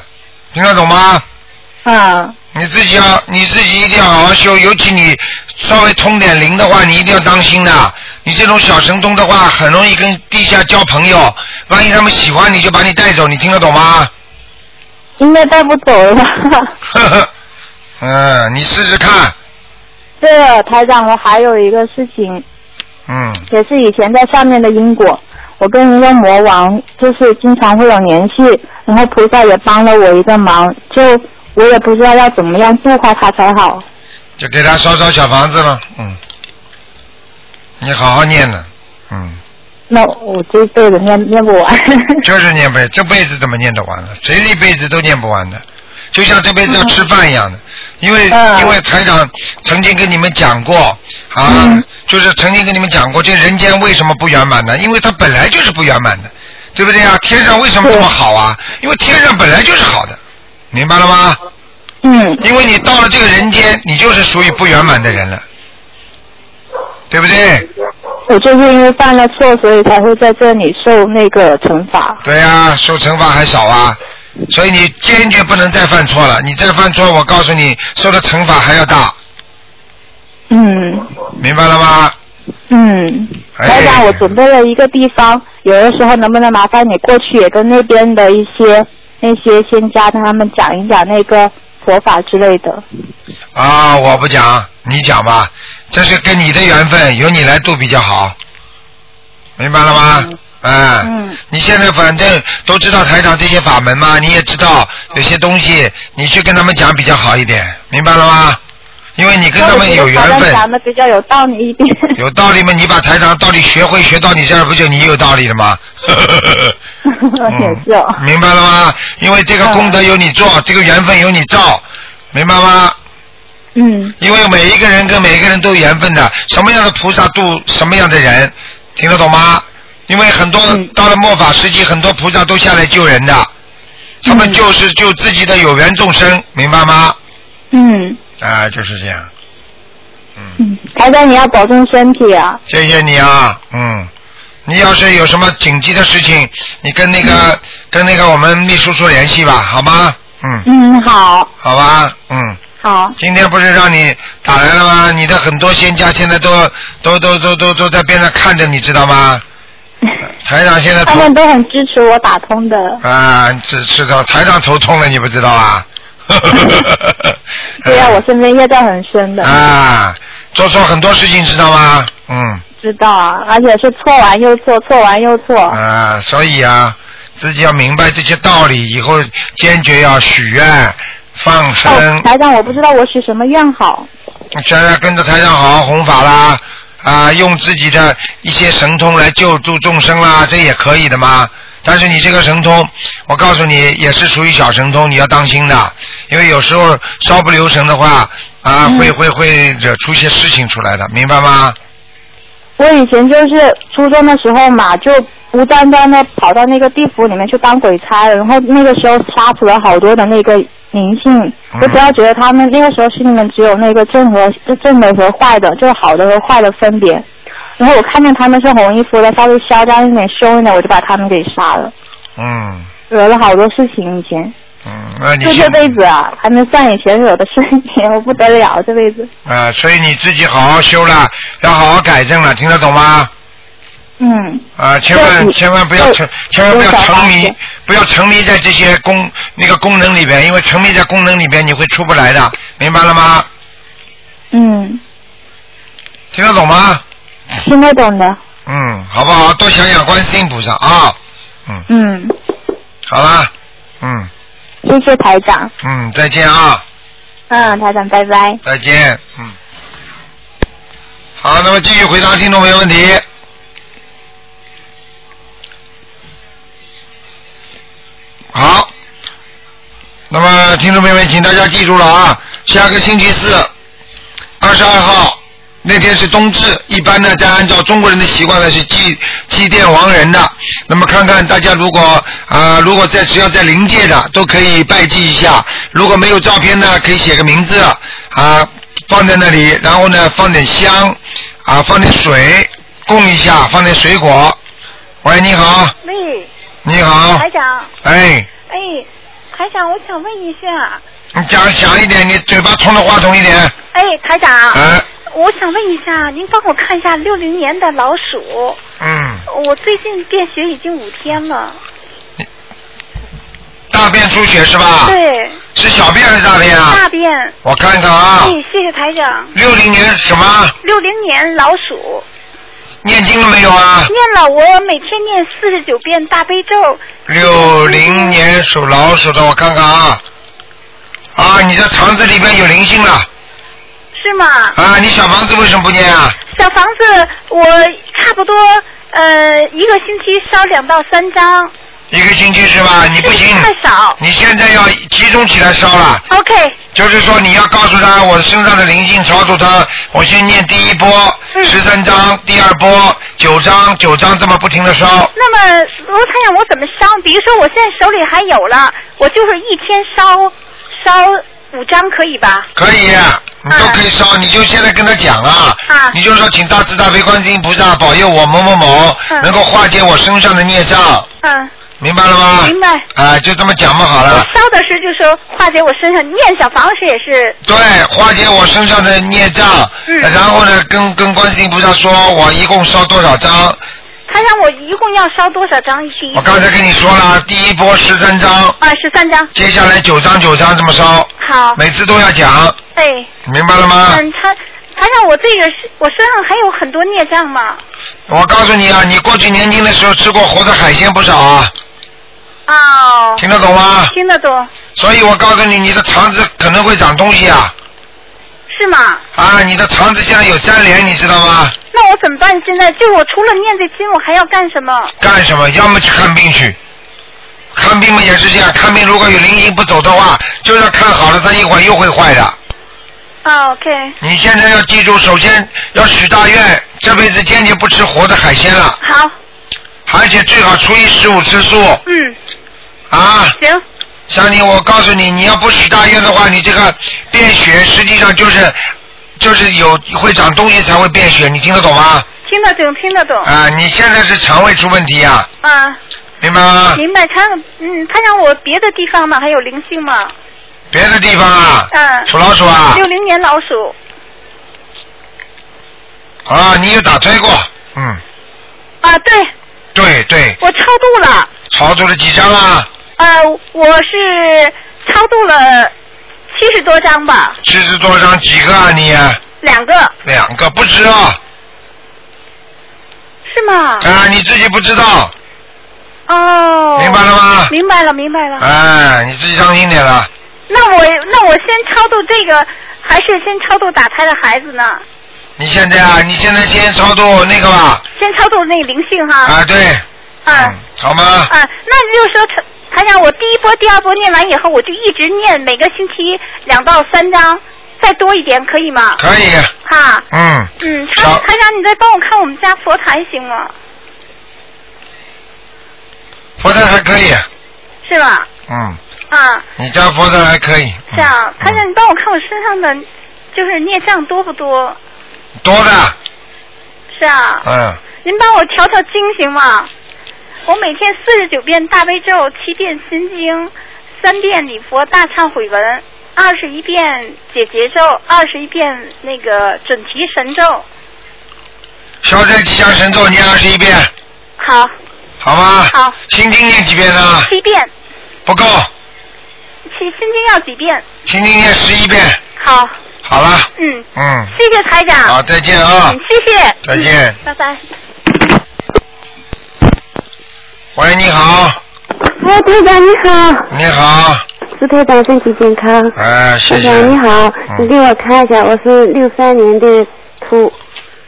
[SPEAKER 1] 听得懂吗？
[SPEAKER 6] 嗯，
[SPEAKER 1] 你自己要，你自己一定要好好修，尤其你稍微通点灵的话，你一定要当心的。你这种小神通的话，很容易跟地下交朋友，万一他们喜欢你就把你带走，你听得懂吗？
[SPEAKER 6] 应该带不走了吧。
[SPEAKER 1] 呵呵，嗯，你试试看，
[SPEAKER 6] 对了，台长，我还有一个事情，
[SPEAKER 1] 嗯
[SPEAKER 6] 也是以前在上面的因果，我跟一个魔王就是经常会有联系，然后菩萨也帮了我一个忙，就我也不知道要怎么样度化他才好。
[SPEAKER 1] 就给他烧烧小房子了，嗯，你好好念了，嗯，
[SPEAKER 6] 那我这辈子念念不完。
[SPEAKER 1] 就是念呗，这辈子怎么念得完了？谁一辈子都念不完的，就像这辈子要吃饭一样的。因为、
[SPEAKER 6] 嗯
[SPEAKER 1] 因为台长曾经跟你们讲过啊，
[SPEAKER 6] 嗯
[SPEAKER 1] 就是曾经跟你们讲过，这人间为什么不圆满呢？因为它本来就是不圆满的，对不对啊？天上为什么这么好啊？因为天上本来就是好的，明白了吗？
[SPEAKER 6] 嗯，
[SPEAKER 1] 因为你到了这个人间，你就是属于不圆满的人了，对不对？
[SPEAKER 6] 我就是因为犯了错，所以才会在这里受那个惩罚。
[SPEAKER 1] 对呀、受惩罚还少啊，所以你坚决不能再犯错了。你再犯错，我告诉你，受的惩罚还要大，
[SPEAKER 6] 嗯
[SPEAKER 1] 明白了吗？
[SPEAKER 6] 嗯，
[SPEAKER 1] 哎
[SPEAKER 6] 台长，我准备了一个地方，有的时候能不能麻烦你过去也跟那边的一些那些仙家他们讲一讲那个佛法之类的？
[SPEAKER 1] 啊，我不讲，你讲吧，这是跟你的缘分，由你来度比较好，明白了吗？哎、
[SPEAKER 6] 嗯
[SPEAKER 1] 你现在反正都知道台长这些法门嘛，你也知道有些东西，你去跟他们讲比较好一点，明白了吗？因为你跟他们有缘
[SPEAKER 6] 那我觉得台
[SPEAKER 1] 分
[SPEAKER 6] 长，讲的比较有道理一点。
[SPEAKER 1] 有道理吗？你把台长道理学会，学到你这儿，不就你有道理了吗？
[SPEAKER 6] 也是哦
[SPEAKER 1] 嗯，明白了吗？因为这个功德由你做，这个缘分由你造，明白吗？
[SPEAKER 6] 嗯
[SPEAKER 1] 因为每一个人跟每一个人都有缘分的，什么样的菩萨度什么样的人，听得懂吗？因为很多、
[SPEAKER 6] 嗯
[SPEAKER 1] 到了末法时期，很多菩萨都下来救人的，他们
[SPEAKER 6] 嗯
[SPEAKER 1] 就是救自己的有缘众生，明白吗？
[SPEAKER 6] 嗯
[SPEAKER 1] 啊，就是这样。嗯，
[SPEAKER 6] 嗯，台长你要保重身体啊。
[SPEAKER 1] 谢谢你啊，嗯。你要是有什么紧急的事情，你跟那个、跟那个我们秘书处联系吧，好吗？嗯，
[SPEAKER 6] 嗯，好
[SPEAKER 1] 好吧，嗯。
[SPEAKER 6] 好。
[SPEAKER 1] 今天不是让你打来了吗？你的很多仙家现在都都都都都都在边上看着，你知道吗？台长现在
[SPEAKER 6] 他
[SPEAKER 1] 头嗯
[SPEAKER 6] 们都很支持我打通的。
[SPEAKER 1] 啊，是是的，台长头痛了，你不知道啊？
[SPEAKER 6] 对呀、我身边业障很深的，
[SPEAKER 1] 啊，做错很多事情，知道吗？嗯，
[SPEAKER 6] 知道啊，而且是错完又错，错完又错。哦
[SPEAKER 1] 啊，所以啊，自己要明白这些道理，以后坚决要许愿、放
[SPEAKER 6] 哦
[SPEAKER 1] 生，，
[SPEAKER 6] 台长，我不知道我许什么愿好。
[SPEAKER 1] 现在跟着台上好好弘法啦，啊，用自己的一些神通来救助众生啦，这也可以的嘛。但是你这个神通，我告诉你，也是属于小神通，你要当心的，因为有时候稍不留神的话，啊，
[SPEAKER 6] 嗯
[SPEAKER 1] 会会会惹出些事情出来的，明白吗？
[SPEAKER 6] 我以前就是初中的时候嘛，就无端端的跑到那个地府里面去当鬼差了，然后那个时候杀死了好多的那个灵性。
[SPEAKER 1] 嗯
[SPEAKER 6] 我不要觉得他们那个时候心里面只有那个正和正的和坏的，就是好的和坏的分别。然后我看见他们是红衣服的，稍微嚣张一点、凶一点，我就把他们给杀了，
[SPEAKER 1] 嗯
[SPEAKER 6] 惹了好多事情。以前
[SPEAKER 1] 嗯，那你
[SPEAKER 6] 就
[SPEAKER 1] 现
[SPEAKER 6] 这辈子啊，还能算以前惹的事情， 我不得了，这辈子。
[SPEAKER 1] 啊、所以你自己好好修了，要好好改正了，听得懂吗？
[SPEAKER 6] 嗯，
[SPEAKER 1] 啊、千
[SPEAKER 6] 对
[SPEAKER 1] 万
[SPEAKER 6] 你
[SPEAKER 1] 千万不要
[SPEAKER 6] 对
[SPEAKER 1] 沉，千万不要
[SPEAKER 6] 我想
[SPEAKER 1] 沉迷
[SPEAKER 6] 法，
[SPEAKER 1] 不要沉迷在这些功那个功能里边，因为沉迷在功能里边你会出不来的，明白了吗？
[SPEAKER 6] 嗯，
[SPEAKER 1] 听得懂吗？
[SPEAKER 6] 听得懂的。
[SPEAKER 1] 嗯，好不好？多想想观世音菩萨啊！嗯，
[SPEAKER 6] 嗯，
[SPEAKER 1] 好啦，嗯
[SPEAKER 6] 谢谢台长。
[SPEAKER 1] 嗯，再见啊，
[SPEAKER 6] 嗯，台长，拜拜。
[SPEAKER 1] 再见，嗯。好，那么继续回答听众朋友问题。好，那么听众朋友们，请大家记住了啊，下个星期四，二十二号那天是冬至，一般呢，在按照中国人的习惯呢是祭祭奠亡人的。那么看看大家如果啊、如果在只要在灵界的都可以拜祭一下，如果没有照片呢，可以写个名字啊、放在那里，然后呢放点香啊、放点水供一下，放点水果。喂，你好，
[SPEAKER 7] 喂，
[SPEAKER 1] 你好，
[SPEAKER 7] 台长，
[SPEAKER 1] 哎，
[SPEAKER 7] 哎，台长，我想问一下，
[SPEAKER 1] 你讲响一点，你嘴巴冲着话筒一点，
[SPEAKER 7] 哎，台长，
[SPEAKER 1] 啊，
[SPEAKER 7] 我想问一下，您帮我看一下六零年的老鼠，
[SPEAKER 1] 嗯，
[SPEAKER 7] 我最近便血已经五天了，
[SPEAKER 1] 大便出血是吧？
[SPEAKER 7] 对，
[SPEAKER 1] 是小便还是大便啊？
[SPEAKER 7] 大便，
[SPEAKER 1] 我看看啊
[SPEAKER 7] 哎，，谢谢台长。
[SPEAKER 1] 六零年什么
[SPEAKER 7] 六零年老鼠
[SPEAKER 1] 念经了没有啊？
[SPEAKER 7] 念了，我每天念四十九遍大悲咒，
[SPEAKER 1] 六零年属老鼠的，我看看啊。啊，你的肠子里边有灵性了
[SPEAKER 7] 是吗？
[SPEAKER 1] 啊！你小房子为什么不念啊？
[SPEAKER 7] 小房子我差不多呃一个星期烧两到三张，
[SPEAKER 1] 一个星期是吧？你不啊行，
[SPEAKER 7] 太少。
[SPEAKER 1] 你现在要集中起来烧了。
[SPEAKER 7] OK，
[SPEAKER 1] 就是说你要告诉他我身上的灵性超度他，我先念第一波
[SPEAKER 7] 嗯
[SPEAKER 1] 十三章，第二波九章，九章这么不停的烧。
[SPEAKER 7] 那么罗太阳我怎么烧？比如说我现在手里还有了，我就是一天烧烧五张可以吧？
[SPEAKER 1] 可以，啊你都可以烧，你就现在跟他讲啊，
[SPEAKER 7] 啊
[SPEAKER 1] 你就说请大慈大悲观世音菩萨保佑我某某某、
[SPEAKER 7] 嗯
[SPEAKER 1] 能够化解我身上的孽障，
[SPEAKER 7] 嗯，
[SPEAKER 1] 明白了吗？
[SPEAKER 7] 明白。
[SPEAKER 1] 啊，就这么讲嘛，好
[SPEAKER 7] 我
[SPEAKER 1] 了。
[SPEAKER 7] 烧的是就是说化解我身上念小房子也是
[SPEAKER 1] 对，化解我身上的孽障，
[SPEAKER 7] 嗯
[SPEAKER 1] 然后呢，跟跟观世音菩萨说，我一共烧多少张？
[SPEAKER 7] 他让我一共要烧多少张？第一
[SPEAKER 1] 我刚才跟你说了，第一波十三张，
[SPEAKER 7] 嗯啊，十三张。
[SPEAKER 1] 接下来九张九张这么烧，
[SPEAKER 7] 好，
[SPEAKER 1] 每次都要讲，
[SPEAKER 7] 哎，
[SPEAKER 1] 明白了吗？
[SPEAKER 7] 嗯，他他让我这个是我身上还有很多孽障嘛？
[SPEAKER 1] 我告诉你啊，你过去年轻的时候吃过活的海鲜不少啊，
[SPEAKER 7] 哦，
[SPEAKER 1] 听得懂吗？
[SPEAKER 7] 听得懂
[SPEAKER 1] 所以我告诉你，你的肠子可能会长东西啊
[SPEAKER 7] 是吗？
[SPEAKER 1] 啊！你的肠子现在有粘连，你知道吗？
[SPEAKER 7] 那我怎么办？现在就我除了念这经，我还要干什么？
[SPEAKER 1] 干什么？要么去看病去，看病嘛也是这样。看病如果有灵性不走的话，就要看好了，它一会儿又会坏的。
[SPEAKER 7] 哦 OK，
[SPEAKER 1] 你现在要记住，首先要许大愿，这辈子坚决不吃活的海鲜了，
[SPEAKER 7] 好，
[SPEAKER 1] 而且最好初一十五吃素
[SPEAKER 7] 嗯，
[SPEAKER 1] 啊。
[SPEAKER 7] 行，
[SPEAKER 1] 像你，我告诉你，你要不许大愿的话，你这个便血实际上就是就是有会长东西才会便血，你听得懂吗？
[SPEAKER 7] 听得懂，听得懂，
[SPEAKER 1] 啊、你现在是肠胃出问题呀、
[SPEAKER 7] 啊，
[SPEAKER 1] 明白吗？
[SPEAKER 7] 明白。他嗯，他让我别的地方嘛，还有灵性嘛，
[SPEAKER 1] 别的地方啊，
[SPEAKER 7] 嗯
[SPEAKER 1] 属老鼠啊
[SPEAKER 7] 六，零年老鼠，
[SPEAKER 1] 啊，你有打胎过，嗯，
[SPEAKER 7] 啊，对
[SPEAKER 1] 对对，
[SPEAKER 7] 我超度了，
[SPEAKER 1] 超度了几张啊？
[SPEAKER 7] 呃，我是超度了七十多张吧，
[SPEAKER 1] 七十多张几个啊你？
[SPEAKER 7] 两个
[SPEAKER 1] 两个不止啊！
[SPEAKER 7] 是吗？
[SPEAKER 1] 啊，你自己不知道，
[SPEAKER 7] 哦，
[SPEAKER 1] 明白了吗？
[SPEAKER 7] 明白了，明白了。
[SPEAKER 1] 哎，你自己当心点了。
[SPEAKER 7] 那我那我先超度这个，还是先超度打胎的孩子呢？
[SPEAKER 1] 你现在啊，你现在先超度那个吧。
[SPEAKER 7] 先超度那个灵性哈。
[SPEAKER 1] 啊，对。
[SPEAKER 7] 啊
[SPEAKER 1] 嗯，好吗？
[SPEAKER 7] 啊，那就是说，台长，我第一波、第二波念完以后，我就一直念，每个星期两到三张，再多一点可以吗？
[SPEAKER 1] 可以，
[SPEAKER 7] 哈，
[SPEAKER 1] 嗯，
[SPEAKER 7] 嗯，台
[SPEAKER 1] 好
[SPEAKER 7] 台长，你再帮我看我们家佛台行吗？
[SPEAKER 1] 佛台还可以，
[SPEAKER 7] 是吧？
[SPEAKER 1] 嗯，
[SPEAKER 7] 啊，
[SPEAKER 1] 你家佛台还可以。嗯
[SPEAKER 7] 是啊，台长，
[SPEAKER 1] 嗯
[SPEAKER 7] 你帮我看我身上的就是孽障多不多？
[SPEAKER 1] 多的，
[SPEAKER 7] 是啊，
[SPEAKER 1] 嗯，
[SPEAKER 7] 您帮我调调经行吗？我每天四十九遍大悲咒，七遍心经，三遍礼佛大忏悔文，二十一遍解结咒，二十一遍那个准提神咒。
[SPEAKER 1] 消灾吉祥神咒念二十一遍，
[SPEAKER 7] 好，嗯
[SPEAKER 1] 好吗？
[SPEAKER 7] 好。
[SPEAKER 1] 心经念几遍呢？
[SPEAKER 7] 七遍，
[SPEAKER 1] 不够，
[SPEAKER 7] 七心经要几遍？
[SPEAKER 1] 心经念十一遍。
[SPEAKER 7] 好，
[SPEAKER 1] 好了，
[SPEAKER 7] 嗯，
[SPEAKER 1] 嗯，
[SPEAKER 7] 谢谢台长。
[SPEAKER 1] 好，再见啊
[SPEAKER 7] 嗯，，谢谢，嗯
[SPEAKER 1] 再见。
[SPEAKER 7] 拜拜。
[SPEAKER 1] 喂，你好，
[SPEAKER 8] 哎，队长你好，
[SPEAKER 1] 你好，
[SPEAKER 8] 祝队长身体健康。
[SPEAKER 1] 哎、谢
[SPEAKER 8] 队
[SPEAKER 1] 谢。
[SPEAKER 8] 长你好，你
[SPEAKER 1] 嗯，
[SPEAKER 8] 给我看一下，我是六三年的兔，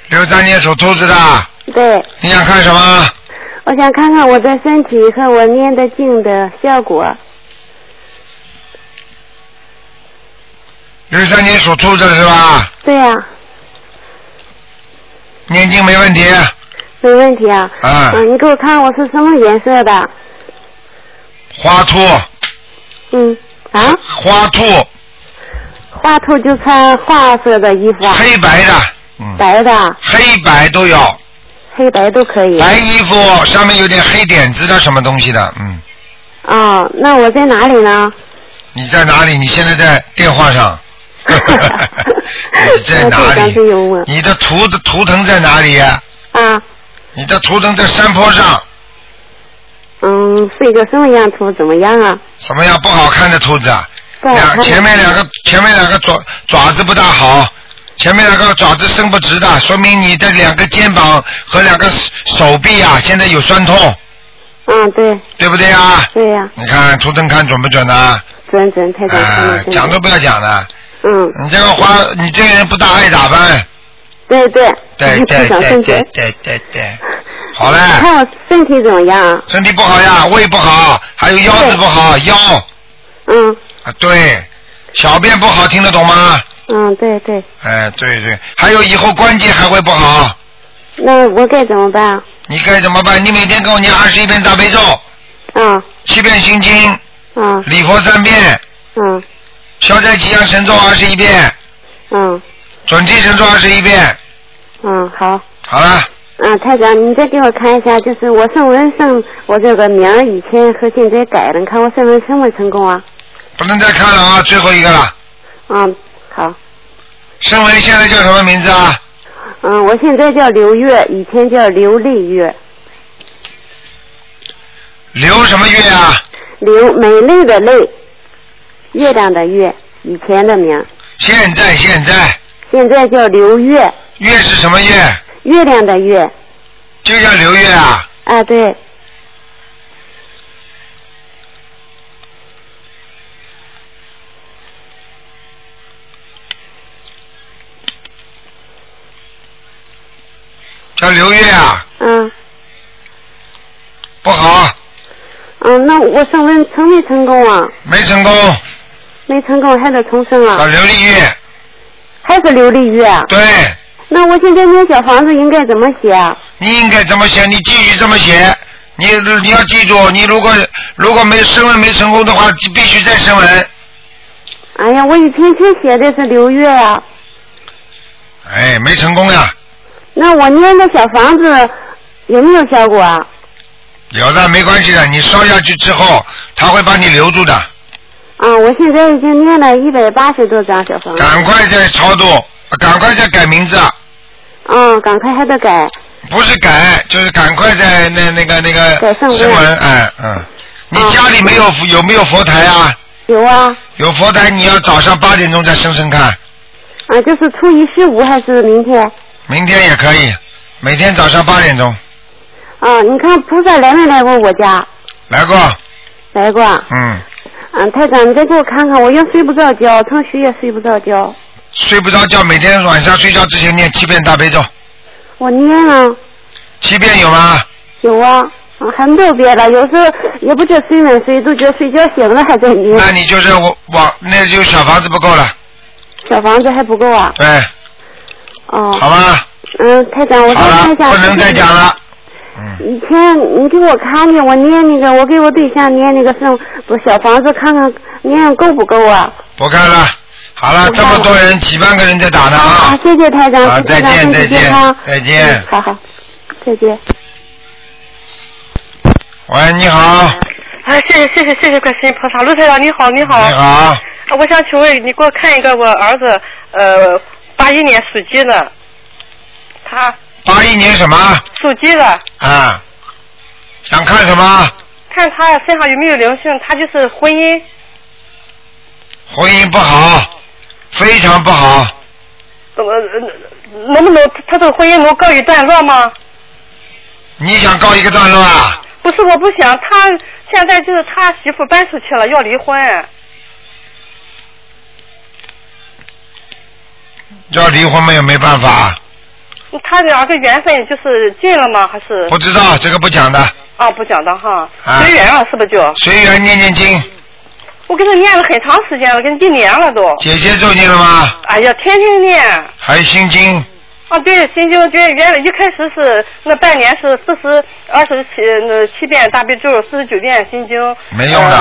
[SPEAKER 1] 六三年属兔子的，
[SPEAKER 8] 对，
[SPEAKER 1] 你想看什么？
[SPEAKER 8] 我想看看我的身体和我念的经的效果。
[SPEAKER 1] 六三年属兔子的是吧？
[SPEAKER 8] 对呀、
[SPEAKER 1] 念经没问题，
[SPEAKER 8] 没问题啊。
[SPEAKER 1] 啊
[SPEAKER 8] 嗯，你给我看我是什么颜色的？
[SPEAKER 1] 花兔，
[SPEAKER 8] 嗯，啊，
[SPEAKER 1] 花兔，
[SPEAKER 8] 花兔就穿花色的衣服啊，
[SPEAKER 1] 黑白的，嗯，
[SPEAKER 8] 白的啊、
[SPEAKER 1] 黑白都有，
[SPEAKER 8] 黑白都可以。
[SPEAKER 1] 白衣服上面有点黑点子的什么东西的，嗯，
[SPEAKER 8] 哦，那我在哪里呢？
[SPEAKER 1] 你在哪里？你现在在电话 上。你在哪
[SPEAKER 8] 我刚
[SPEAKER 1] 里
[SPEAKER 8] 才有问？
[SPEAKER 1] 你的图的图腾在哪里、
[SPEAKER 8] 啊，
[SPEAKER 1] 你的图腾在山坡上，
[SPEAKER 8] 嗯，是一个什么样图？怎么样啊？
[SPEAKER 1] 什么样不好看的兔子啊？
[SPEAKER 8] 不好看
[SPEAKER 1] 两
[SPEAKER 8] 的
[SPEAKER 1] 前面两个前面两个爪爪子不大好，前面两个爪子伸不直的，说明你的两个肩膀和两个手手臂啊，现在有酸痛，
[SPEAKER 8] 嗯，对，
[SPEAKER 1] 对不对啊？
[SPEAKER 8] 对呀、
[SPEAKER 1] 你看图腾看准不准啊？
[SPEAKER 8] 准准太
[SPEAKER 1] 啊、
[SPEAKER 8] 长看了，真
[SPEAKER 1] 讲
[SPEAKER 8] 的
[SPEAKER 1] 都不要讲了。
[SPEAKER 8] 嗯，
[SPEAKER 1] 你这个花，你这个人不大爱打扮。
[SPEAKER 8] 对对，
[SPEAKER 1] 对对
[SPEAKER 8] 太长
[SPEAKER 1] 对
[SPEAKER 8] 身
[SPEAKER 1] 对
[SPEAKER 8] 体。
[SPEAKER 1] 对对对，好嘞
[SPEAKER 8] 你，看我身体怎么样啊？
[SPEAKER 1] 身体不好呀，胃不好，还有腰子不好，腰
[SPEAKER 8] 嗯
[SPEAKER 1] 啊对，小便不好，听得懂吗？
[SPEAKER 8] 嗯，对对，
[SPEAKER 1] 哎，对对，还有以后关节还会不好，
[SPEAKER 8] 那我该怎么办啊？
[SPEAKER 1] 你该怎么办？你每天给我念二十一遍大悲咒，
[SPEAKER 8] 嗯
[SPEAKER 1] 七遍心经，
[SPEAKER 8] 嗯
[SPEAKER 1] 礼佛三遍，
[SPEAKER 8] 嗯
[SPEAKER 1] 消灾吉祥神咒二十一遍，
[SPEAKER 8] 嗯
[SPEAKER 1] 准提神咒二十一遍。
[SPEAKER 8] 嗯，好。
[SPEAKER 1] 好了，
[SPEAKER 8] 嗯，台长，你再给我看一下，就是我圣文圣，我这个名儿以前和现在改了，你看我圣文成没成功啊？
[SPEAKER 1] 不能再看了啊，最后一个了。
[SPEAKER 8] 嗯，好。
[SPEAKER 1] 申文现在叫什么名字啊？
[SPEAKER 8] 嗯，我现在叫刘月，以前叫刘丽月，
[SPEAKER 1] 刘什么月啊？
[SPEAKER 8] 刘美丽的丽，月亮的月，以前的名儿，
[SPEAKER 1] 现在现在
[SPEAKER 8] 现在叫刘月，
[SPEAKER 1] 月是什么月？
[SPEAKER 8] 月亮的月。
[SPEAKER 1] 就叫刘月啊。
[SPEAKER 8] 啊，对，
[SPEAKER 1] 叫刘月啊，
[SPEAKER 8] 嗯
[SPEAKER 1] 不好，啊
[SPEAKER 8] 嗯，那我升温成没成功啊？
[SPEAKER 1] 没成功，
[SPEAKER 8] 没成功还得重生
[SPEAKER 1] 叫
[SPEAKER 8] 啊？
[SPEAKER 1] 刘丽月。
[SPEAKER 8] 还是刘丽月啊？
[SPEAKER 1] 对，
[SPEAKER 8] 那我现在念小房子应该怎么写啊？
[SPEAKER 1] 你应该怎么写？你继续这么写。你你要记住，你如果如果没升文没成功的话，就必须再升文。
[SPEAKER 8] 哎呀，我以前全写的是刘月呀、啊，
[SPEAKER 1] 哎，没成功呀，
[SPEAKER 8] 那我念的小房子有没有效果啊？
[SPEAKER 1] 有的没关系的，你烧下去之后，他会把你留住的。
[SPEAKER 8] 啊、我现在已经念了一百八十多张小房子，
[SPEAKER 1] 赶快再超度，赶快再改名字，啊
[SPEAKER 8] 嗯，赶快还得改。
[SPEAKER 1] 不是改就是赶快再那那个那
[SPEAKER 8] 改
[SPEAKER 1] 个
[SPEAKER 8] 圣文
[SPEAKER 1] 升文。哎嗯，你
[SPEAKER 8] 嗯
[SPEAKER 1] 家里没有佛有没有佛台啊？
[SPEAKER 8] 有求啊？
[SPEAKER 1] 有佛台，你要早上八点钟再生生看，
[SPEAKER 8] 啊，就是初一十五还是明天？
[SPEAKER 1] 明天也可以，每天早上八点钟
[SPEAKER 8] 啊，你看菩萨来没来过我家？
[SPEAKER 1] 来过，
[SPEAKER 8] 来过啊。
[SPEAKER 1] 嗯，
[SPEAKER 8] 嗯，台长，你再给我看看，我又睡不着觉，常许也睡不着觉，
[SPEAKER 1] 睡不着觉，每天晚上睡觉之前念七遍大悲咒，
[SPEAKER 8] 我念了
[SPEAKER 1] 七遍有吗？
[SPEAKER 8] 有啊，啊很多遍了，有时候也不知道睡没睡，都觉得睡觉醒了还在念。
[SPEAKER 1] 那你就是我往那就小房子不够了，
[SPEAKER 8] 小房子还不够啊？
[SPEAKER 1] 对，
[SPEAKER 8] 哦，
[SPEAKER 1] 好吧，
[SPEAKER 8] 嗯，台长，我再
[SPEAKER 1] 好
[SPEAKER 8] 看
[SPEAKER 1] 了，
[SPEAKER 8] 一下。
[SPEAKER 1] 不能再讲了。
[SPEAKER 8] 以前你给我看的，我念那个，我给我对象念那个是不小房子，看看念够不够啊？
[SPEAKER 1] 不看了，好了，
[SPEAKER 8] 不看
[SPEAKER 1] 这
[SPEAKER 8] 了
[SPEAKER 1] 么多人，几万个人在打呢啊
[SPEAKER 8] 啊！，谢谢台长，
[SPEAKER 1] 好
[SPEAKER 8] 祝台长
[SPEAKER 1] 再见
[SPEAKER 8] 身体
[SPEAKER 1] 再见
[SPEAKER 8] 健康
[SPEAKER 1] 再见
[SPEAKER 8] 嗯好好，再见。
[SPEAKER 1] 喂，你好，
[SPEAKER 9] 啊，谢谢谢谢谢谢观世音菩萨，卢台长你好你好，
[SPEAKER 1] 你好，
[SPEAKER 9] 啊我想请问你给我看一个我儿子，呃，八一年属鸡的，他
[SPEAKER 1] 八一年什么
[SPEAKER 9] 属鸡的，
[SPEAKER 1] 啊？想看什么？
[SPEAKER 9] 看他身上有没有灵性，他就是婚姻
[SPEAKER 1] 婚姻不好，非常不好，
[SPEAKER 9] 怎么、呃能不能他这个婚姻能告一段落吗？
[SPEAKER 1] 你想告一个段落啊？
[SPEAKER 9] 不是我不想，他现在就是他媳妇搬出去了要离婚，
[SPEAKER 1] 要离婚嘛也没办法，
[SPEAKER 9] 他两个缘分就是尽了吗？还是
[SPEAKER 1] 不知道这个不讲的，
[SPEAKER 9] 啊不讲的哈，
[SPEAKER 1] 啊
[SPEAKER 9] 随缘了是不是就？
[SPEAKER 1] 随缘念念经。
[SPEAKER 9] 我给他念了很长时间了，跟一年了都。
[SPEAKER 1] 姐姐咒念了吗？
[SPEAKER 9] 哎呀，天天念。
[SPEAKER 1] 还有心经，
[SPEAKER 9] 啊，对，心经原原来一开始是那半年是四十二十七那七遍大悲咒，四十九遍心经。
[SPEAKER 1] 没用的。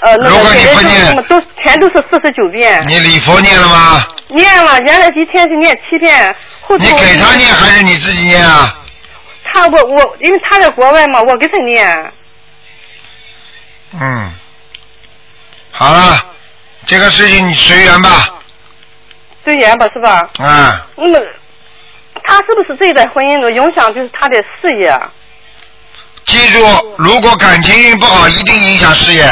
[SPEAKER 9] 呃，呃那
[SPEAKER 1] 如
[SPEAKER 9] 个
[SPEAKER 1] 果你
[SPEAKER 9] 别
[SPEAKER 1] 不
[SPEAKER 9] 咒
[SPEAKER 1] 念
[SPEAKER 9] 什么都全都是四十九遍。
[SPEAKER 1] 你礼佛念了吗？
[SPEAKER 9] 念了，原来一天是念七遍，后头
[SPEAKER 1] 你给他念还是你自己念啊？
[SPEAKER 9] 他我我因为他在国外嘛，我给他念。
[SPEAKER 1] 嗯，好了，这个事情你随缘吧，
[SPEAKER 9] 对缘吧，是吧？
[SPEAKER 1] 啊、
[SPEAKER 9] 那么，嗯他是不是这一段婚姻的影响就是他的事业？啊
[SPEAKER 1] 记住，如果感情运不好，一定影响事业。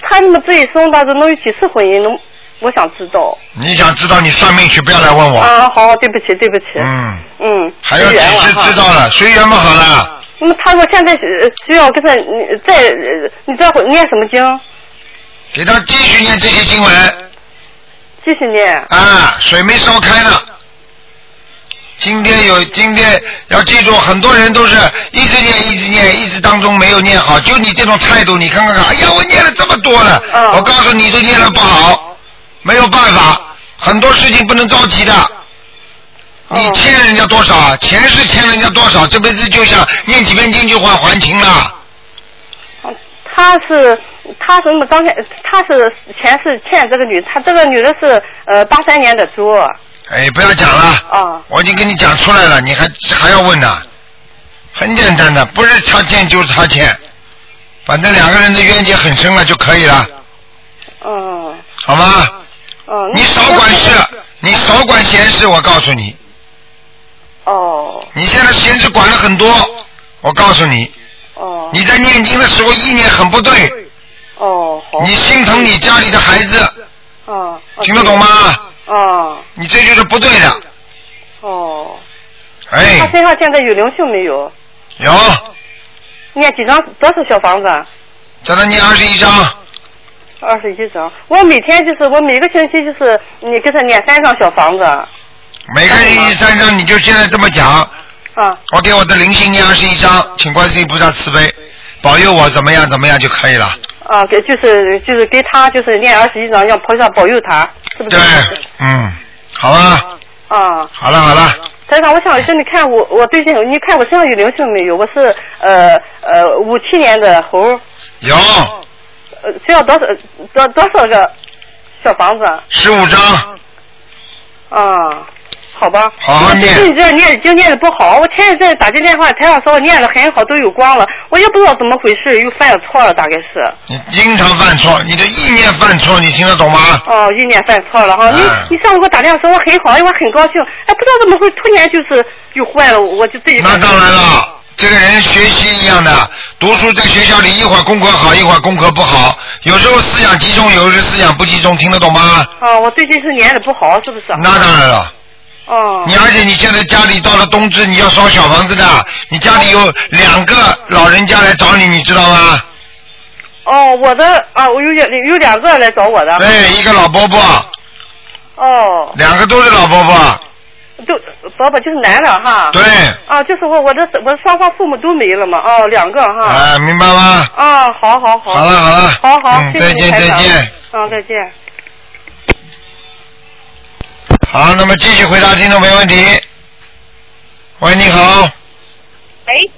[SPEAKER 9] 他那么这一生当中能有几次婚姻？能，我想知道。
[SPEAKER 1] 你想知道你算命去，不要来问我。
[SPEAKER 9] 啊，好，对不起，对不起。
[SPEAKER 1] 嗯，
[SPEAKER 9] 嗯，
[SPEAKER 1] 还有几
[SPEAKER 9] 随缘了
[SPEAKER 1] 次
[SPEAKER 9] 哈
[SPEAKER 1] 知道了，随缘不好了。
[SPEAKER 9] 那么他说现在呃需要跟他你再呃你再念什么经？
[SPEAKER 1] 给他继续念这些经文
[SPEAKER 9] 继续念。
[SPEAKER 1] 啊，水没烧开呢。今天有，今天要记住，很多人都是一直念，一直念，一直当中没有念好。就你这种态度，你看看看，哎呀，我念了这么多了，
[SPEAKER 9] 嗯
[SPEAKER 1] 我告诉你，都念了不好，没有办法，很多事情不能着急的。你欠人家多少啊？钱是欠人家多少，这辈子就想念几遍经就还还清了。
[SPEAKER 9] 他是他是那么刚才他是前世欠这个女，他这个女的是呃八三年的猪
[SPEAKER 1] 哎，不要讲了。
[SPEAKER 9] 啊
[SPEAKER 1] 我已经跟你讲出来了，你还还要问呢？很简单
[SPEAKER 9] 嗯
[SPEAKER 1] 的，不是他欠就是他欠，反正两个人的冤结很深了就可以了，
[SPEAKER 9] 嗯
[SPEAKER 1] 好吗？
[SPEAKER 9] 嗯。
[SPEAKER 1] 你少管事，你少管闲事，我告诉你，
[SPEAKER 9] 哦
[SPEAKER 1] 你现在闲事管了很多，我告诉你，
[SPEAKER 9] 哦
[SPEAKER 1] 你在念经的时候意念很不对，
[SPEAKER 9] 哦好
[SPEAKER 1] 你心疼你家里的孩子，
[SPEAKER 9] 嗯
[SPEAKER 1] 听得懂？吗？
[SPEAKER 3] 哦
[SPEAKER 9] 啊
[SPEAKER 1] 你这就是不对的，
[SPEAKER 9] 哦，他
[SPEAKER 1] 哎，
[SPEAKER 9] 身上现在有灵性没有？
[SPEAKER 1] 有，
[SPEAKER 9] 念几张多少小房子啊？
[SPEAKER 1] 叫他念二十一章，
[SPEAKER 9] 二十一张，我每天就是我每个星期就是你给他念三张小房子，
[SPEAKER 1] 每个人一三章，你就现在这么讲，
[SPEAKER 9] 啊，
[SPEAKER 1] 我给我的灵性念二十一章，请观世音菩萨慈悲，保佑我怎么样怎么样就可以了。
[SPEAKER 9] 啊，给就是就是给他就是念二十一张，让菩萨保佑他，是不是？
[SPEAKER 1] 对，嗯，好啊，
[SPEAKER 9] 啊，
[SPEAKER 1] 好了好了，
[SPEAKER 9] 台长，我想让你看我我最近，你看我身上有灵性没有？我是呃呃五七年的猴，
[SPEAKER 1] 有
[SPEAKER 9] 呃需要多少多多少个小房子？
[SPEAKER 1] 十五章，
[SPEAKER 9] 啊，好吧。
[SPEAKER 1] 好好啊念
[SPEAKER 9] 你这念经念的不好，我前一阵打这电话，台长说我念的很好，都有光了，我也不知道怎么回事，又犯了错了，大概是。
[SPEAKER 1] 你经常犯错，你的意念犯错，你听得懂吗？
[SPEAKER 9] 哦，意念犯错了哈！你
[SPEAKER 1] 哎
[SPEAKER 9] 你上午给我打电话说我很好，哎我很高兴，哎，不知道怎么会突然就是又坏了，我就自己。
[SPEAKER 1] 那当然了，这个人学习一样的，读书在学校里一会儿功课好，一会儿功课不好，有时候思想集中，有时候思想不集中，听得懂吗？
[SPEAKER 9] 哦，我最近是念的不好，是不是？
[SPEAKER 1] 那当然了。
[SPEAKER 9] 哦。
[SPEAKER 1] 你而且你现在家里到了冬至，你要烧小房子的，你家里有两个老人家来找你，你知道吗？
[SPEAKER 9] 哦，我的啊，我有两有两个来找我的。
[SPEAKER 1] 对，哎一个老伯伯，
[SPEAKER 9] 哦，
[SPEAKER 1] 两个都是老伯伯，
[SPEAKER 9] 就呃伯伯就是男的哈。
[SPEAKER 1] 对，
[SPEAKER 9] 啊，就是我我的我双方父母都没了嘛，哦，两个哈。
[SPEAKER 1] 啊，明白吗？
[SPEAKER 9] 啊，好好好。
[SPEAKER 1] 好了好了
[SPEAKER 9] 好好，
[SPEAKER 1] 嗯
[SPEAKER 9] 谢谢
[SPEAKER 1] 再见
[SPEAKER 9] 您台长
[SPEAKER 1] 再见。
[SPEAKER 9] 嗯，再见。
[SPEAKER 1] 好，那么继续回答听众没问题。喂，你好，
[SPEAKER 3] 喂，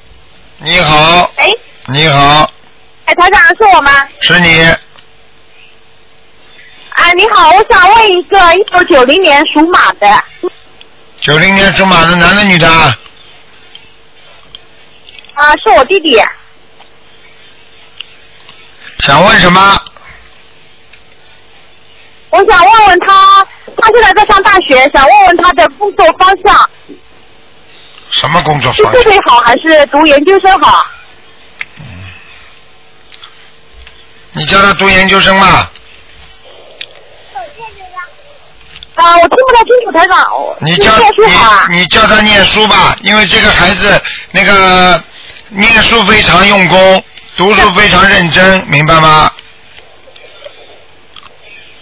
[SPEAKER 1] 你好，
[SPEAKER 3] 喂，
[SPEAKER 1] 你好，
[SPEAKER 3] 哎，台长是我吗？
[SPEAKER 1] 是你，
[SPEAKER 3] 啊，你好，我想问一个一九九零年属马的
[SPEAKER 1] 九零年属马的男的女的啊？
[SPEAKER 3] 啊，是我弟弟。
[SPEAKER 1] 想问什么？
[SPEAKER 3] 我想问问他，他现在在上大学，想问问他的工作方向
[SPEAKER 1] 什么工作
[SPEAKER 3] 是
[SPEAKER 1] 方
[SPEAKER 3] 这
[SPEAKER 1] 向？
[SPEAKER 3] 里好还是读研究生好？
[SPEAKER 1] 你叫他读研究生嘛？
[SPEAKER 3] 啊，我听不太清楚，台长。
[SPEAKER 1] 你
[SPEAKER 3] 是
[SPEAKER 1] 叫
[SPEAKER 3] 念书好啊？
[SPEAKER 1] 你你叫他念书吧，因为这个孩子那个念书非常用功，读书非常认真，明白吗？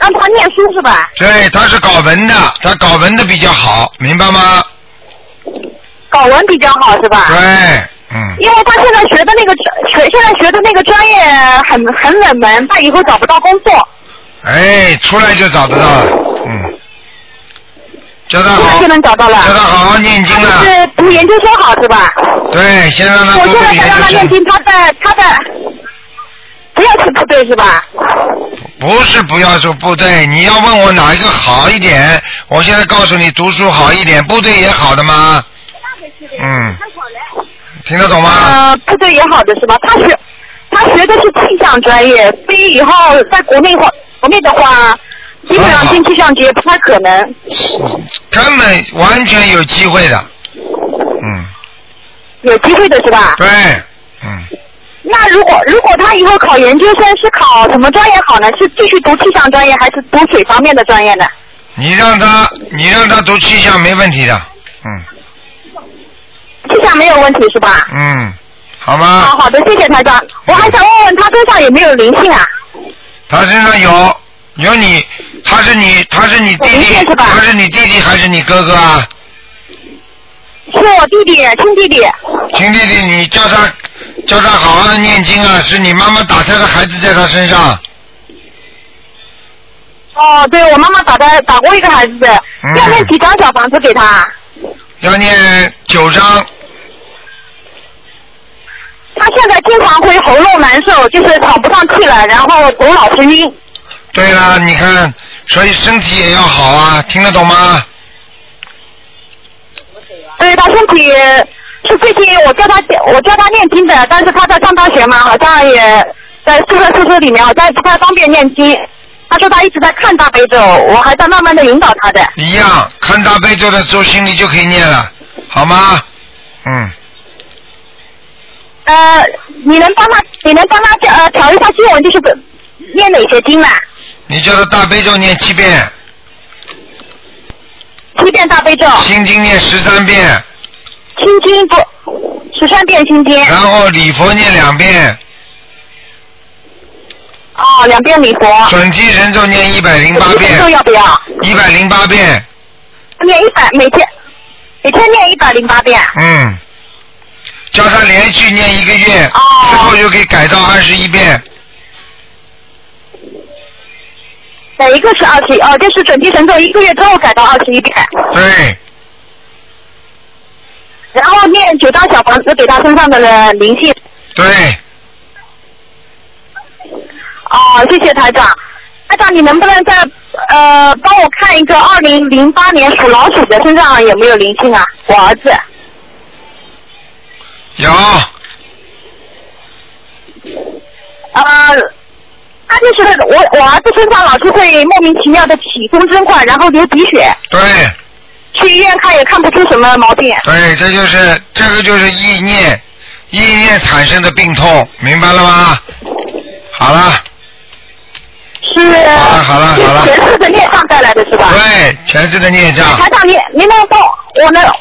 [SPEAKER 3] 让他念书是吧？
[SPEAKER 1] 对，他是搞文的，他搞文的比较好，明白吗？
[SPEAKER 3] 搞文比较好是吧？
[SPEAKER 1] 对，嗯，
[SPEAKER 3] 因为他现在学的那个学，现在学的那个专业很很冷门，他以后找不到工作，
[SPEAKER 1] 啊哎，出来就找得到了，嗯，叫他
[SPEAKER 3] 现在
[SPEAKER 1] 好，
[SPEAKER 3] 就能找到了。
[SPEAKER 1] 叫他好好念经
[SPEAKER 3] 他
[SPEAKER 1] 啊，
[SPEAKER 3] 是读研究生好是吧？
[SPEAKER 1] 对，先让他
[SPEAKER 3] 我
[SPEAKER 1] 读
[SPEAKER 3] 现
[SPEAKER 1] 读
[SPEAKER 3] 在
[SPEAKER 1] 研
[SPEAKER 3] 在让他
[SPEAKER 1] 究
[SPEAKER 3] 念
[SPEAKER 1] 生，
[SPEAKER 3] 经，他在他在，不要去部队是吧？
[SPEAKER 1] 不是不要说部队，你要问我哪一个好一点，我现在告诉你，读书好一点，部队也好的嘛，嗯，听得懂吗？
[SPEAKER 3] 呃，部队也好的是吧？他学他学的是气象专业，所以以后在国内话国内的话，基本
[SPEAKER 1] 啊
[SPEAKER 3] 上进气象局也不太可能。
[SPEAKER 1] 根本完全有机会的，嗯，
[SPEAKER 3] 有机会的是吧？
[SPEAKER 1] 对，嗯，
[SPEAKER 3] 那如果如果他以后考研究生是考什么专业好呢？是继续读气象专业还是读水方面的专业呢？
[SPEAKER 1] 你让他，你让他读气象没问题的，嗯
[SPEAKER 3] 气象没有问题是吧？
[SPEAKER 1] 嗯，好吗？
[SPEAKER 3] 啊，好的，谢谢台长。我还想问问他身上有没有灵性啊？
[SPEAKER 1] 他身上有有你，他是你，他是你弟
[SPEAKER 3] 我明
[SPEAKER 1] 弟
[SPEAKER 3] 白是，吧
[SPEAKER 1] 他是你弟弟还是你哥哥啊？
[SPEAKER 3] 是我弟弟，亲弟弟。
[SPEAKER 1] 亲弟弟，你叫他叫他好好的念经啊！是你妈妈打胎的孩子在他身上，
[SPEAKER 3] 哦，对，我妈妈打的打过一个孩子，
[SPEAKER 1] 嗯
[SPEAKER 3] 要念几张小房子给他？
[SPEAKER 1] 要念九章，
[SPEAKER 3] 他现在经常会喉咙难受，就是喘不上气了，然后头老是晕。
[SPEAKER 1] 对啦，你看，所以身体也要好啊，听得懂吗？
[SPEAKER 3] 对呃他身体是最近我叫他我叫他念经的，但是他在上大学嘛，好像也在宿舍宿舍里面，好像也不太方便念经。他说他一直在看大悲咒，我还在慢慢的引导他的。
[SPEAKER 1] 一样，看大悲咒的时候心里就可以念了，好吗？嗯，
[SPEAKER 3] 呃，你能帮他，你能帮他呃调一下经文，就是念哪些经呢？啊
[SPEAKER 1] 你叫他大悲咒念七遍，
[SPEAKER 3] 七遍大悲咒，
[SPEAKER 1] 心经念十三遍，
[SPEAKER 3] 心经不十三遍心经，
[SPEAKER 1] 然后礼佛念两遍，
[SPEAKER 3] 哦，两遍礼佛，
[SPEAKER 1] 准提神咒念一百零八
[SPEAKER 3] 准提咒
[SPEAKER 1] 遍，
[SPEAKER 3] 要不要？
[SPEAKER 1] 一百零八遍，
[SPEAKER 3] 念一百，每天每天念一百零八遍。啊
[SPEAKER 1] 嗯，叫他连续念一个月，
[SPEAKER 3] 哦
[SPEAKER 1] 之后就可以改到二十一遍，
[SPEAKER 3] 哪一个是二十一？哦，就是准提神咒，一个月之后改到二十一遍，
[SPEAKER 1] 对，
[SPEAKER 3] 然后念九张小房子给他身上的灵性。
[SPEAKER 1] 对，
[SPEAKER 3] 哦，谢谢台长。台长，你能不能再呃帮我看一个二零零八年属老鼠的身上有没有灵性啊？我儿子。
[SPEAKER 1] 有，
[SPEAKER 3] 呃，他就是我我儿子身上老是会莫名其妙的起风蒸块，然后流鼻血，
[SPEAKER 1] 对，
[SPEAKER 3] 去医院看也看不出什么毛病。
[SPEAKER 1] 对，这就是这个就是意念，意念产生的病痛，明白了吗？好了，
[SPEAKER 3] 是
[SPEAKER 1] 好了，好了，好了，
[SPEAKER 3] 前世的孽障带来的是吧？
[SPEAKER 1] 对，前世的孽障，
[SPEAKER 3] 台长，您您能帮我能
[SPEAKER 1] 啊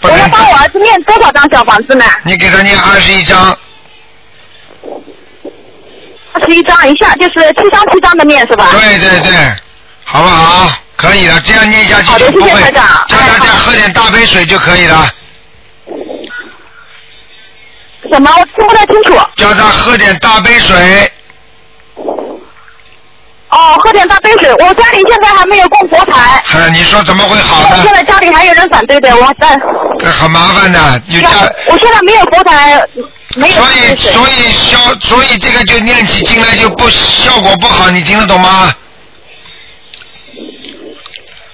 [SPEAKER 1] 不
[SPEAKER 3] 我能
[SPEAKER 1] 能
[SPEAKER 3] 帮我儿子念多少张小房子呢？
[SPEAKER 1] 你给他念二十一章，
[SPEAKER 3] 二十一张一下就是七张七张的念是吧？
[SPEAKER 1] 对对对，好不好？可以了，这样念下去
[SPEAKER 3] 好的
[SPEAKER 1] 就不
[SPEAKER 3] 谢谢
[SPEAKER 1] 会。
[SPEAKER 3] 台长
[SPEAKER 1] 叫大家喝点大杯水就可以了，
[SPEAKER 3] 什么？我听不太清楚。
[SPEAKER 1] 叫他喝点大杯水。
[SPEAKER 3] 哦，喝点大杯水。我家里现在还没有供佛台，
[SPEAKER 1] 哼，你说怎么会好
[SPEAKER 3] 现
[SPEAKER 1] 呢？
[SPEAKER 3] 在家里还有人反对的，我在。
[SPEAKER 1] 这很麻烦的，有家，
[SPEAKER 3] 我现在没有佛台，没有
[SPEAKER 1] 所以
[SPEAKER 3] 水。
[SPEAKER 1] 所以效，所以这个就念起经来就不效果不好，你听得懂吗？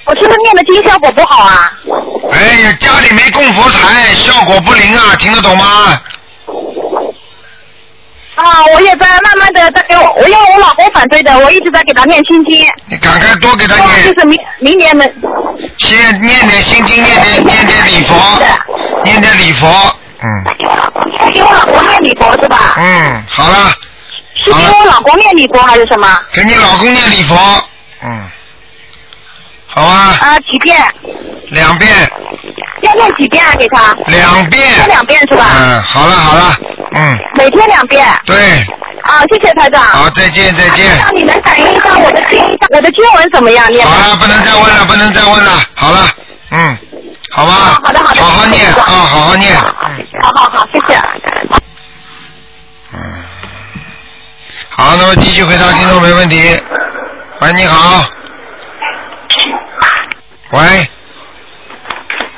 [SPEAKER 3] 我是不是念的经效果不好啊？
[SPEAKER 1] 哎呀，家里没供佛台，效果不灵啊，听得懂吗？
[SPEAKER 3] 啊，我也在慢慢的在给我，我因为我老公反对的，我一直在给他念心经，
[SPEAKER 1] 你赶快多给他
[SPEAKER 3] 希望
[SPEAKER 1] 念
[SPEAKER 3] 就，是明明年能。
[SPEAKER 1] 先念点心经，念点念点礼佛，念点礼佛。嗯
[SPEAKER 3] 给我老公念礼佛是吧？
[SPEAKER 1] 嗯，好了，
[SPEAKER 3] 是给我老公念礼佛还是什么？
[SPEAKER 1] 给你老公念礼佛。嗯，好吧，
[SPEAKER 3] 啊，几遍？
[SPEAKER 1] 两遍，
[SPEAKER 3] 要念几遍啊？给他？
[SPEAKER 1] 两
[SPEAKER 3] 念
[SPEAKER 1] 遍。
[SPEAKER 3] 两遍是吧？
[SPEAKER 1] 嗯，好了好了，嗯，
[SPEAKER 3] 每天两遍。
[SPEAKER 1] 对，
[SPEAKER 3] 啊，谢谢台长。
[SPEAKER 1] 嗯好，再见再见。
[SPEAKER 3] 让你能感应到我的经，我的经文怎么样？念
[SPEAKER 1] 好了，不能再问了，不能再问了，好了，嗯，好吧
[SPEAKER 3] 啊，好的好的
[SPEAKER 1] 好好念啊，好好念，嗯
[SPEAKER 3] 好好好，谢谢。
[SPEAKER 1] 嗯，好，那么继续回答听众没问题。喂，你好，喂，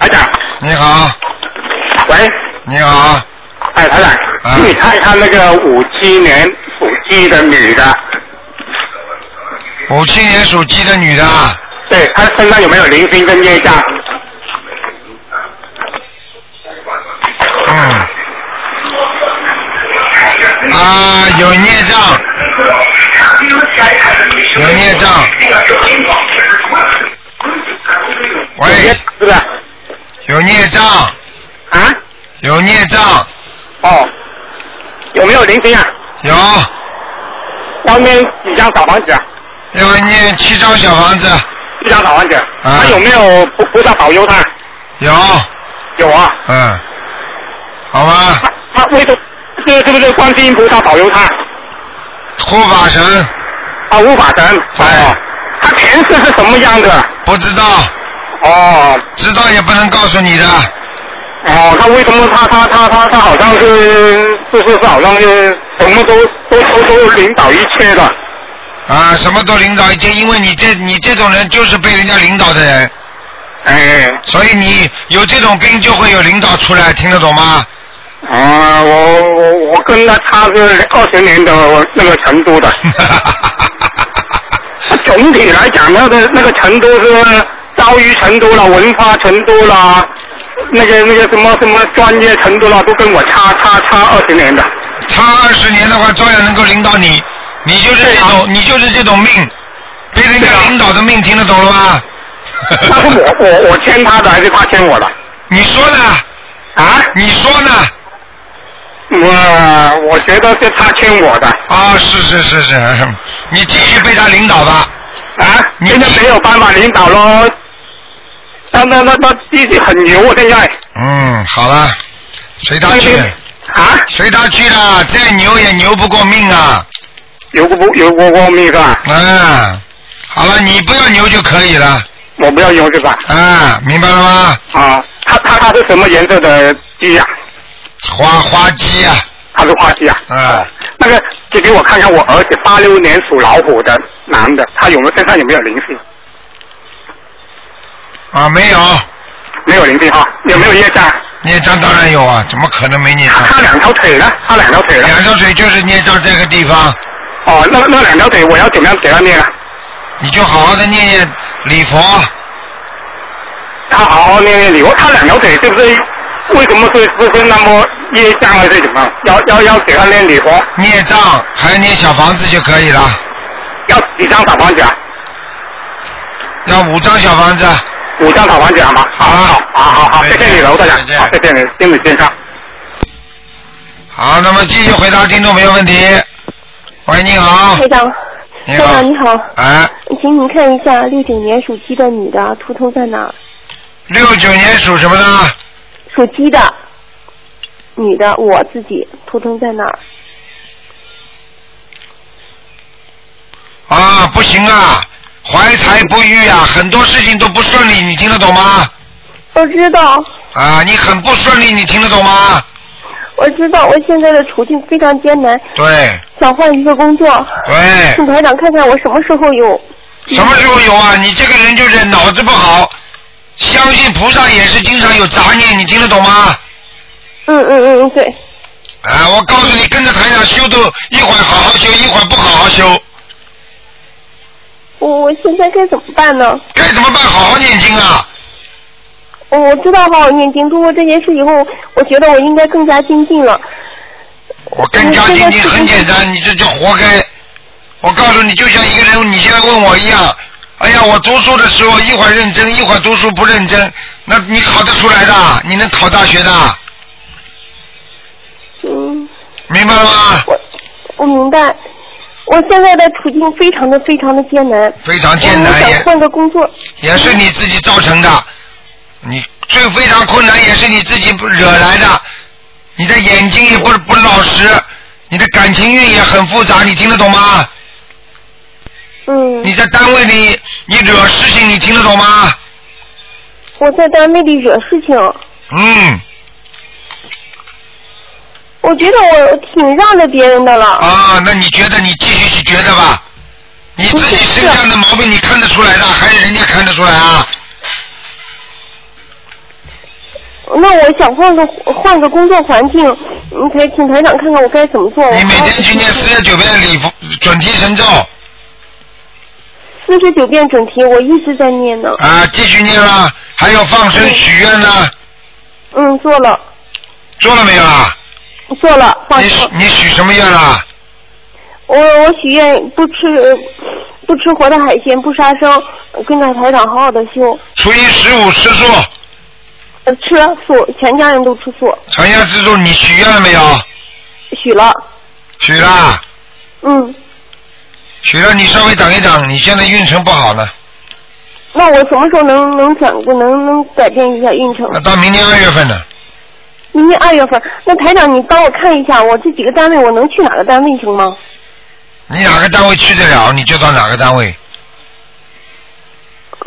[SPEAKER 5] 台长，
[SPEAKER 1] 你好，
[SPEAKER 5] 喂，
[SPEAKER 1] 你好，
[SPEAKER 5] 哎，台长，
[SPEAKER 1] 啊
[SPEAKER 5] 你看看那个五七年属鸡的女的，
[SPEAKER 1] 五七年属鸡的女的啊，
[SPEAKER 5] 对她身上有没有灵性跟业障？
[SPEAKER 1] 嗯，啊，有孽障，有孽障，
[SPEAKER 5] 业
[SPEAKER 1] 喂，
[SPEAKER 5] 是不是？
[SPEAKER 1] 有孽障，
[SPEAKER 5] 啊？
[SPEAKER 1] 有孽障，
[SPEAKER 5] 哦，有没有灵性啊？
[SPEAKER 1] 有，
[SPEAKER 5] 要念几张小房子啊？
[SPEAKER 1] 要念七张小房子，啊
[SPEAKER 5] 一张小房子。她有没有菩菩萨保佑她？
[SPEAKER 1] 有，
[SPEAKER 5] 有啊。
[SPEAKER 1] 嗯，好吧，
[SPEAKER 5] 她她为什么？是是不是观世音菩萨保佑她？
[SPEAKER 1] 护法神
[SPEAKER 5] 啊，护法神。哦。她前世是什么样的？
[SPEAKER 1] 不知道，
[SPEAKER 5] 哦，
[SPEAKER 1] 知道也不能告诉你的，
[SPEAKER 5] 哦，他为什么他他他他他好像是就是是好像是什么都都都都领导一切的？
[SPEAKER 1] 啊，什么都领导一切，因为你这你这种人就是被人家领导的人，
[SPEAKER 5] 哎，
[SPEAKER 1] 所以你有这种病就会有领导出来，听得懂吗？
[SPEAKER 5] 啊，我我我跟他差是二十年的我那个程 度的，总体来讲，那个那个程度是教育程度啦、文化程度啦，那个那个什么什么专业程度啦，都跟我差差差二十年的。
[SPEAKER 1] 差二十年的话，照样能够领导你，你就是这种，你就是这种命，被人
[SPEAKER 5] 啊对
[SPEAKER 1] 家
[SPEAKER 5] 啊
[SPEAKER 1] 领导的命，听得懂了吗？
[SPEAKER 5] 那是我我我欠他的还是他欠我的？
[SPEAKER 1] 你说呢？
[SPEAKER 5] 啊？
[SPEAKER 1] 你说呢？
[SPEAKER 5] 我我觉得是他欠我的
[SPEAKER 1] 啊，是是是是，你继续被他领导吧。
[SPEAKER 5] 啊，
[SPEAKER 1] 你
[SPEAKER 5] 现在没有办法领导喽。那那那那弟弟很牛啊，现在
[SPEAKER 1] 嗯，好了，随他
[SPEAKER 5] 那
[SPEAKER 1] 去，
[SPEAKER 5] 边啊，
[SPEAKER 1] 随他去了，再牛也牛不过命啊。
[SPEAKER 5] 有个不有个我命是吧？
[SPEAKER 1] 嗯，好了，你不要牛就可以了。
[SPEAKER 5] 我不要牛是吧？
[SPEAKER 1] 啊，明白了吗？
[SPEAKER 5] 啊，他他他是什么颜色的鸡呀、
[SPEAKER 1] 花花鸡啊，
[SPEAKER 5] 他是花鸡啊。
[SPEAKER 1] 啊，
[SPEAKER 5] 那个，就给我看看我儿子八六年属老虎的男的，他有没有身上有没有灵性？
[SPEAKER 1] 啊，没有，
[SPEAKER 5] 没有灵性哈，有没有业障？
[SPEAKER 1] 孽障当然有啊，怎么可能没孽
[SPEAKER 5] 他
[SPEAKER 1] 障？
[SPEAKER 5] 他两条腿呢？他两条腿呢？
[SPEAKER 1] 两条腿就是捏到这个地方，
[SPEAKER 5] 哦，那那两条腿我要怎么样给他念啊？
[SPEAKER 1] 你就好好的念念礼佛。
[SPEAKER 5] 他好好念念礼佛，他两条腿是不是为什么是不是那么业障还是怎么？要要要啊给他念礼佛，
[SPEAKER 1] 孽障，还有念小房子就可以了，
[SPEAKER 5] 要几张小房子啊？
[SPEAKER 1] 要五张小房子。
[SPEAKER 5] 五张小房子好吗？好好好好好，
[SPEAKER 1] 再
[SPEAKER 5] 谢
[SPEAKER 1] 见
[SPEAKER 5] 谢你，楼大家
[SPEAKER 1] 再见，
[SPEAKER 5] 好，谢谢你，身体健康。
[SPEAKER 1] 好，那么继续回答听众朋友问题。喂，你好，
[SPEAKER 10] 台长，
[SPEAKER 1] 你
[SPEAKER 10] 台
[SPEAKER 1] 好
[SPEAKER 10] 长，你好，
[SPEAKER 1] 哎，
[SPEAKER 10] 请你看一下六九年属鸡的女的图腾在哪儿？
[SPEAKER 1] 六九年属什么的？
[SPEAKER 10] 属鸡的女的，我自己图腾在哪儿？
[SPEAKER 1] 啊，不行啊，怀才不遇啊，很多事情都不顺利，你听得懂吗？
[SPEAKER 10] 我知道，
[SPEAKER 1] 啊，你很不顺利，你听得懂吗？
[SPEAKER 10] 我知道，我现在的处境非常艰难，
[SPEAKER 1] 对
[SPEAKER 10] 想换一个工作。
[SPEAKER 1] 对，
[SPEAKER 10] 请台长看看我什么时候有？
[SPEAKER 1] 什么时候有啊？你这个人就是脑子不好，相信菩萨也是经常有杂念，你听得懂吗？
[SPEAKER 10] 嗯嗯嗯，对，
[SPEAKER 1] 啊，我告诉你，跟着台长修都一会儿好好修，一会儿不好好修，
[SPEAKER 10] 我我现在该怎么办呢？
[SPEAKER 1] 该怎么办？好好念经啊！
[SPEAKER 10] 我我知道好好念经，通过这件事以后，我觉得我应该更加精进了。
[SPEAKER 1] 我更加
[SPEAKER 10] 嗯
[SPEAKER 1] 今天很简单，你这就活该。我告诉你，就像一个人你现在问我一样，哎呀，我读书的时候一会儿认真，一会儿读书不认真，那你考得出来的？你能考大学的？
[SPEAKER 10] 嗯，
[SPEAKER 1] 明白了吗？
[SPEAKER 10] 我明白。我现在的处境非常的非常的艰难，
[SPEAKER 1] 非常艰
[SPEAKER 10] 我
[SPEAKER 1] 难，
[SPEAKER 10] 想
[SPEAKER 1] 也
[SPEAKER 10] 换个工作，
[SPEAKER 1] 也是你自己造成的。你这非常困难，也是你自己不惹来的。你的眼睛也不不老实，你的感情运也很复杂，你听得懂吗？
[SPEAKER 10] 嗯。
[SPEAKER 1] 你在单位里，你惹事情，你听得懂吗？
[SPEAKER 10] 我在单位里惹事情，
[SPEAKER 1] 嗯。
[SPEAKER 10] 我觉得我挺让着别人的了。
[SPEAKER 1] 啊，那你觉得你继续去觉得吧，你自己身上的毛病你看得出来的，还是人家看得出来啊？
[SPEAKER 10] 那我想换个换个工作环境，你台请台长看看我该怎么做。
[SPEAKER 1] 你每天去念四十九遍礼佛准提神咒啊
[SPEAKER 10] 四十九遍准提，我一直在念呢。
[SPEAKER 1] 啊，继续念啦，还有放生许愿呢，
[SPEAKER 10] 嗯，做了
[SPEAKER 1] 做了没有啊？
[SPEAKER 10] 做了，放
[SPEAKER 1] 你许你许什么愿啊啦？
[SPEAKER 10] 我我许愿不吃不吃活的海鲜，不杀生，跟着台长好好的修。
[SPEAKER 1] 初一十五吃素，
[SPEAKER 10] 呃吃素，全家人都吃素，
[SPEAKER 1] 传下之咒你许愿了没有？
[SPEAKER 10] 许了。
[SPEAKER 1] 许了，
[SPEAKER 10] 嗯，
[SPEAKER 1] 许了，你稍微等一等，你现在运程不好呢，
[SPEAKER 10] 那我什么时候能能转过，能能改变一下运程？
[SPEAKER 1] 那到明年二月份呢。
[SPEAKER 10] 明年二月份，那台长你帮我看一下，我这几个单位我能去哪个单位行吗？
[SPEAKER 1] 你哪个单位去得了，你就到哪个单位。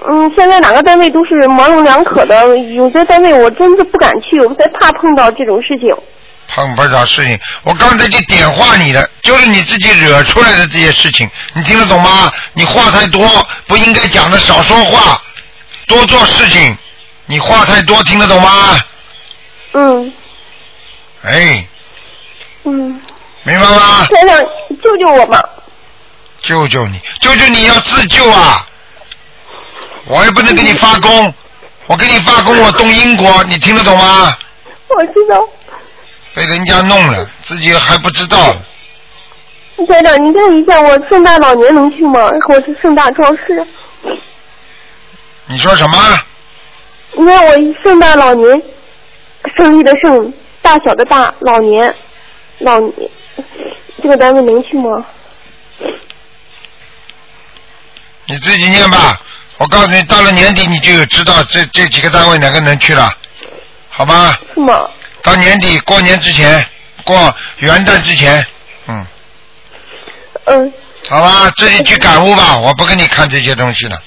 [SPEAKER 10] 嗯，现在哪个单位都是模棱两可的，有的单位我真是不敢去，我才怕碰到这种事情。
[SPEAKER 1] 碰不少事情。我刚才就点化你的，就是你自己惹出来的这些事情，你听得懂吗？你话太多，不应该讲的少说话，多做事情。你话太多，听得懂吗？
[SPEAKER 10] 嗯
[SPEAKER 1] 哎，
[SPEAKER 10] 嗯，
[SPEAKER 1] 明白吗？
[SPEAKER 10] 台长救救我吧！
[SPEAKER 1] 救救你，救救你要自救啊！我也不能给你发功，我给你发功我动因果，你听得懂吗？
[SPEAKER 10] 我知道，
[SPEAKER 1] 被人家弄了，自己还不知道。
[SPEAKER 10] 台长你看一下我盛大老年能去吗？我是盛大超市，
[SPEAKER 1] 你说什么？
[SPEAKER 10] 你看我盛大老年，胜利的胜，大小的大，老年，老年，这个单位能去吗？
[SPEAKER 1] 你自己念吧。我告诉你，到了年底你就知道这这几个单位哪个能去了，好吧？
[SPEAKER 10] 是吗？
[SPEAKER 1] 到年底过年之前，过元旦之前，嗯，
[SPEAKER 10] 嗯
[SPEAKER 1] 好吧，自己去感悟吧。我不跟你看这些东西了。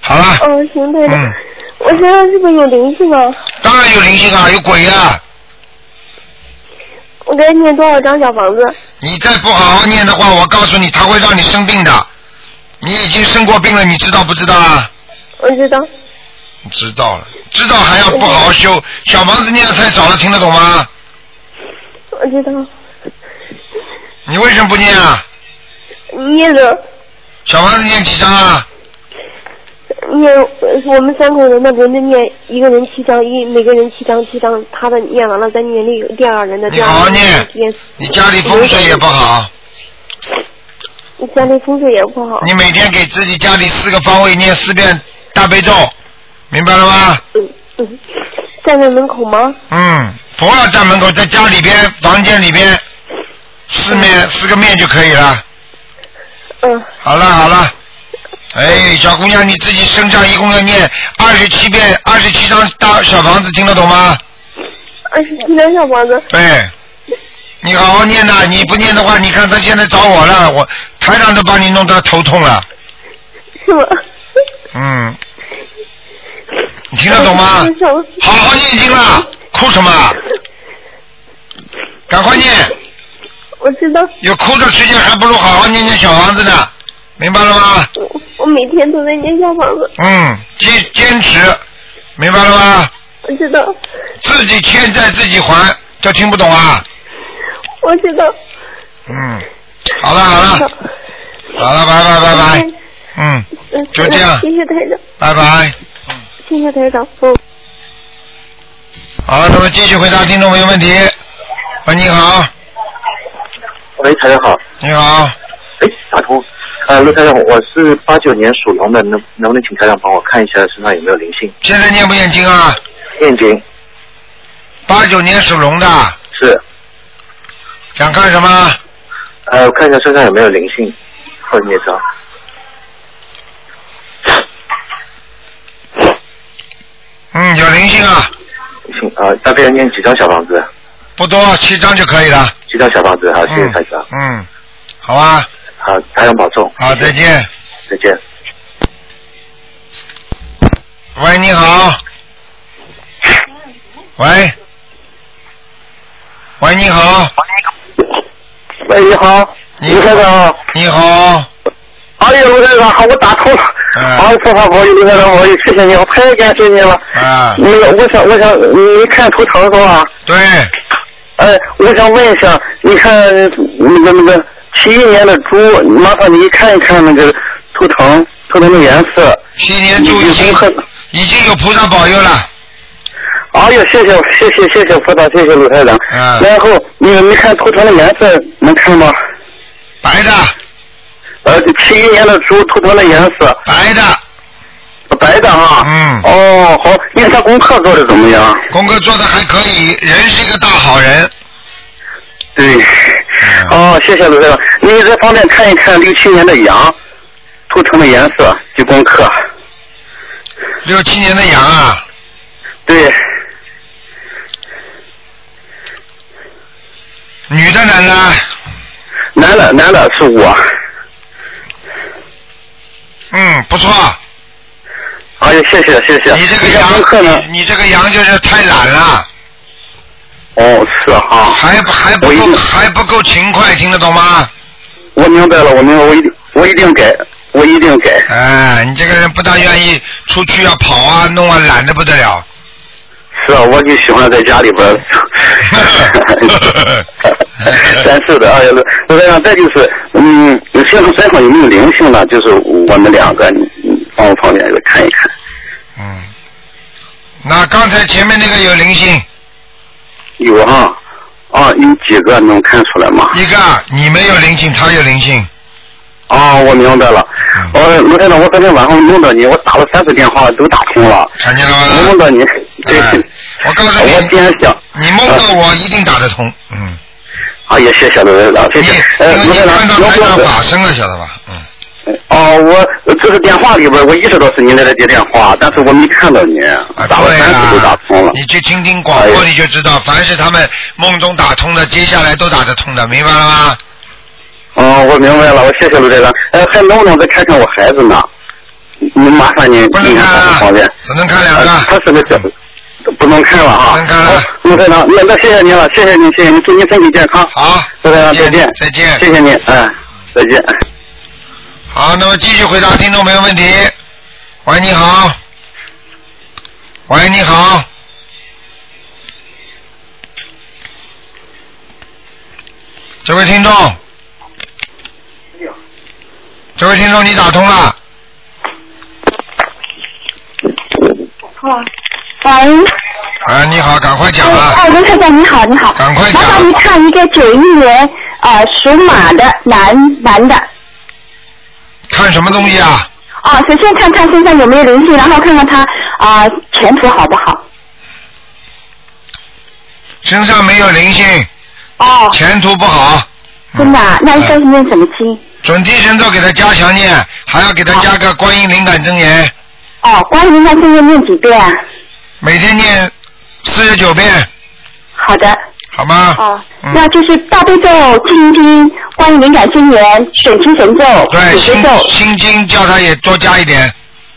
[SPEAKER 1] 好了，
[SPEAKER 10] 嗯，行，台长，
[SPEAKER 1] 嗯，
[SPEAKER 10] 我身上是不是有灵性啊？
[SPEAKER 1] 当然有灵性啊，有鬼啊！
[SPEAKER 10] 我该念多少张小房子？
[SPEAKER 1] 你再不好好念的话，我告诉你，他会让你生病的。你已经生过病了，你知道不知道啊？
[SPEAKER 10] 我知道，
[SPEAKER 1] 知道了，知道还要不好好修。小房子念的太少了，听得懂吗？
[SPEAKER 10] 我知道，
[SPEAKER 1] 你为什么不念啊？
[SPEAKER 10] 念着
[SPEAKER 1] 小房子念几张啊？
[SPEAKER 10] 念，呃我们三口人的轮着念，一个人七张，一每个人七张七张，他的念完了再念另一个第二人的，第
[SPEAKER 1] 你好
[SPEAKER 10] 二
[SPEAKER 1] 好
[SPEAKER 10] 人的
[SPEAKER 1] 念
[SPEAKER 10] 念，
[SPEAKER 1] 你家里风水也不好，
[SPEAKER 10] 我家里风水也不好。
[SPEAKER 1] 你每天给自己家里四个方位念四遍大悲咒，明白了吗？
[SPEAKER 10] 站在门口吗？
[SPEAKER 1] 嗯，不要站门口，在家里边、房间里边，四面四个面就可以了。
[SPEAKER 10] 嗯。
[SPEAKER 1] 好了好了，哎，小姑娘，你自己身上一共要念二十七遍，二十七张大小房子，听得懂吗？
[SPEAKER 10] 二十七张小房子。
[SPEAKER 1] 对，你好好念呐、你不念的话，你看他现在找我了，我台长都把你弄得头痛了。
[SPEAKER 10] 是吗？
[SPEAKER 1] 嗯，你听得懂吗？啊好好念经啦，哭什么？赶快念！
[SPEAKER 10] 我知道。
[SPEAKER 1] 有哭的时间，还不如好好念念小房子呢，明白了吗？
[SPEAKER 10] 我我每天都在念小房子，
[SPEAKER 1] 嗯，坚坚持，明白了吗？
[SPEAKER 10] 我知道，
[SPEAKER 1] 自己欠债自己还，这听不懂啊？
[SPEAKER 10] 我知道。
[SPEAKER 1] 嗯，好了好了，好了，拜拜拜拜，嗯，
[SPEAKER 10] 嗯，
[SPEAKER 1] 就这样
[SPEAKER 10] 谢谢台长，
[SPEAKER 1] 拜拜。
[SPEAKER 10] 谢谢台长。嗯，
[SPEAKER 1] 好，那么继续回答听众朋友问题。喂，你好，
[SPEAKER 11] 喂，台长好。
[SPEAKER 1] 你好。
[SPEAKER 11] 哎，打通。呃，陆台长，我是八九年属龙的，能能不能请台长帮我看一下身上有没有灵性？
[SPEAKER 1] 现在念不念经啊？
[SPEAKER 11] 念经
[SPEAKER 1] 八九年属龙的，
[SPEAKER 11] 是，
[SPEAKER 1] 想看什么？
[SPEAKER 11] 呃，我看一下身上有没有灵性或者孽障。
[SPEAKER 1] 嗯，有灵性啊，
[SPEAKER 11] 行啊、呃，大概要念几张小房子？
[SPEAKER 1] 不多，七张就可以了。
[SPEAKER 11] 几张小房子？好，谢谢
[SPEAKER 1] 嗯
[SPEAKER 11] 台长。
[SPEAKER 1] 嗯，好啊，
[SPEAKER 11] 好，台长保重，
[SPEAKER 1] 好，再见。
[SPEAKER 11] 再见。
[SPEAKER 1] 喂，你好。喂。喂，你好。
[SPEAKER 5] 喂，你好，
[SPEAKER 1] 卢
[SPEAKER 5] 台长。
[SPEAKER 1] 你好。
[SPEAKER 5] 哎呀，卢台长，好，我打通了。
[SPEAKER 1] 嗯
[SPEAKER 5] 啊，说话不好意思，卢台长，不好意思，谢谢你，我太感谢你了。
[SPEAKER 1] 啊。
[SPEAKER 5] 那个，我想，我想，你看图腾是吧？
[SPEAKER 1] 对。
[SPEAKER 5] 哎，我想问一下，你看那个那个七一年的猪，麻烦你看一看那个图腾，图腾的颜色。
[SPEAKER 1] 七年猪已经已经有菩萨保佑了。
[SPEAKER 5] 哎呀，谢谢谢谢谢谢辅导，谢谢卢台长。
[SPEAKER 1] 啊
[SPEAKER 5] 然后你你看图腾的颜色能看吗？
[SPEAKER 1] 白的。
[SPEAKER 5] 呃，七一年的猪图腾的颜色。
[SPEAKER 1] 白的。
[SPEAKER 5] 白的啊。
[SPEAKER 1] 嗯。
[SPEAKER 5] 哦，好，你看他功课做的怎么样？
[SPEAKER 1] 功课做的还可以，人是一个大好人。嗯
[SPEAKER 5] 对。哦，谢谢卢台长，你这方面看一看六七年的羊图腾的颜色及功课。
[SPEAKER 1] 六七年的羊啊，
[SPEAKER 5] 对，
[SPEAKER 1] 女的男的？
[SPEAKER 5] 男的男的是我。
[SPEAKER 1] 嗯，不错。
[SPEAKER 5] 哎呀，谢谢谢谢。
[SPEAKER 1] 你这个羊，你你这个羊就是太懒了。
[SPEAKER 5] 哦，是啊。
[SPEAKER 1] 还不还不够还不够勤快，听得懂吗？
[SPEAKER 5] 我明白了，我明白，我一定我一定改，我一定改。
[SPEAKER 1] 哎，你这个人不大愿意出去啊，跑啊，弄啊，懒得不得了。
[SPEAKER 5] 是啊，我就喜欢在家里边 儿。真是的，哎呀，那那再就是，嗯，身上身上有没有灵性呢？就是我们两个，你你帮我方便看一看。
[SPEAKER 1] 那刚才前面那个有灵性，
[SPEAKER 5] 有哈、啊，有几个能看出来吗？
[SPEAKER 1] 一个你没有灵性，他有灵性。
[SPEAKER 5] 啊，我明白了。我、
[SPEAKER 1] 嗯
[SPEAKER 5] 卢台长，我昨天晚上弄到你，我打了三次电话都打通了。
[SPEAKER 1] 看见了吗？哎
[SPEAKER 5] 我梦到你，对。
[SPEAKER 1] 我告诉
[SPEAKER 5] 你，我今天想，
[SPEAKER 1] 你梦到我一定打得通，
[SPEAKER 5] 啊，也谢谢卢台长，谢谢。呃，卢台长，要不
[SPEAKER 1] 看到法身了，晓得吧？
[SPEAKER 5] 哦，我这是电话里边，我意识到是您来的接电话，但是我没看到您，
[SPEAKER 1] 啊
[SPEAKER 5] 打了三次都打通了。
[SPEAKER 1] 你去听听广播，你就知道，凡是他们梦中打通的，接下来都打得通的，明白了吗？
[SPEAKER 5] 哦，我明白了，我谢谢卢台长。呃，还能不能再看看我孩子呢？您麻烦您，您看方便。
[SPEAKER 1] 只能看两个。
[SPEAKER 5] 呃
[SPEAKER 1] 嗯
[SPEAKER 5] 他是个小，不能看了啊。不能看了。卢台长，那那谢谢您了，谢谢您，谢谢您，祝您身体健康。
[SPEAKER 1] 好，
[SPEAKER 5] 卢台长再见，
[SPEAKER 1] 再见
[SPEAKER 5] 谢谢您，嗯，再见。
[SPEAKER 1] 好，那么继续回答听众朋友问题。喂，你好。喂，你好。这位听众。这位听众，你打通了。
[SPEAKER 3] 哦喂，
[SPEAKER 1] 啊，你好，赶快讲吧。
[SPEAKER 3] 哎，卢科长你好，你好，
[SPEAKER 1] 赶快
[SPEAKER 3] 麻
[SPEAKER 1] 讲。
[SPEAKER 3] 烦你看一个九一年呃属马的男男的，
[SPEAKER 12] 嗯
[SPEAKER 1] 看什么东西啊？
[SPEAKER 12] 哦
[SPEAKER 3] 啊，首先看看身上有没有灵性，然后看看他啊、前途好不好？
[SPEAKER 1] 身上没有灵性。
[SPEAKER 12] 哦。
[SPEAKER 1] 前途不好。嗯
[SPEAKER 12] 真的啊、那应该是念什么经？
[SPEAKER 1] 准提神咒给他加强念，还要给他加个观音灵感真言，
[SPEAKER 12] 哦，关于那现在念几遍啊？
[SPEAKER 1] 每天念四十九遍，
[SPEAKER 12] 好的。
[SPEAKER 1] 好吗？
[SPEAKER 12] 哦，那就是大悲咒、心经、观音灵感真言、准提神咒、
[SPEAKER 1] 对，
[SPEAKER 12] 解结
[SPEAKER 1] 哎心
[SPEAKER 12] 咒、
[SPEAKER 1] 心经叫他也多加一点。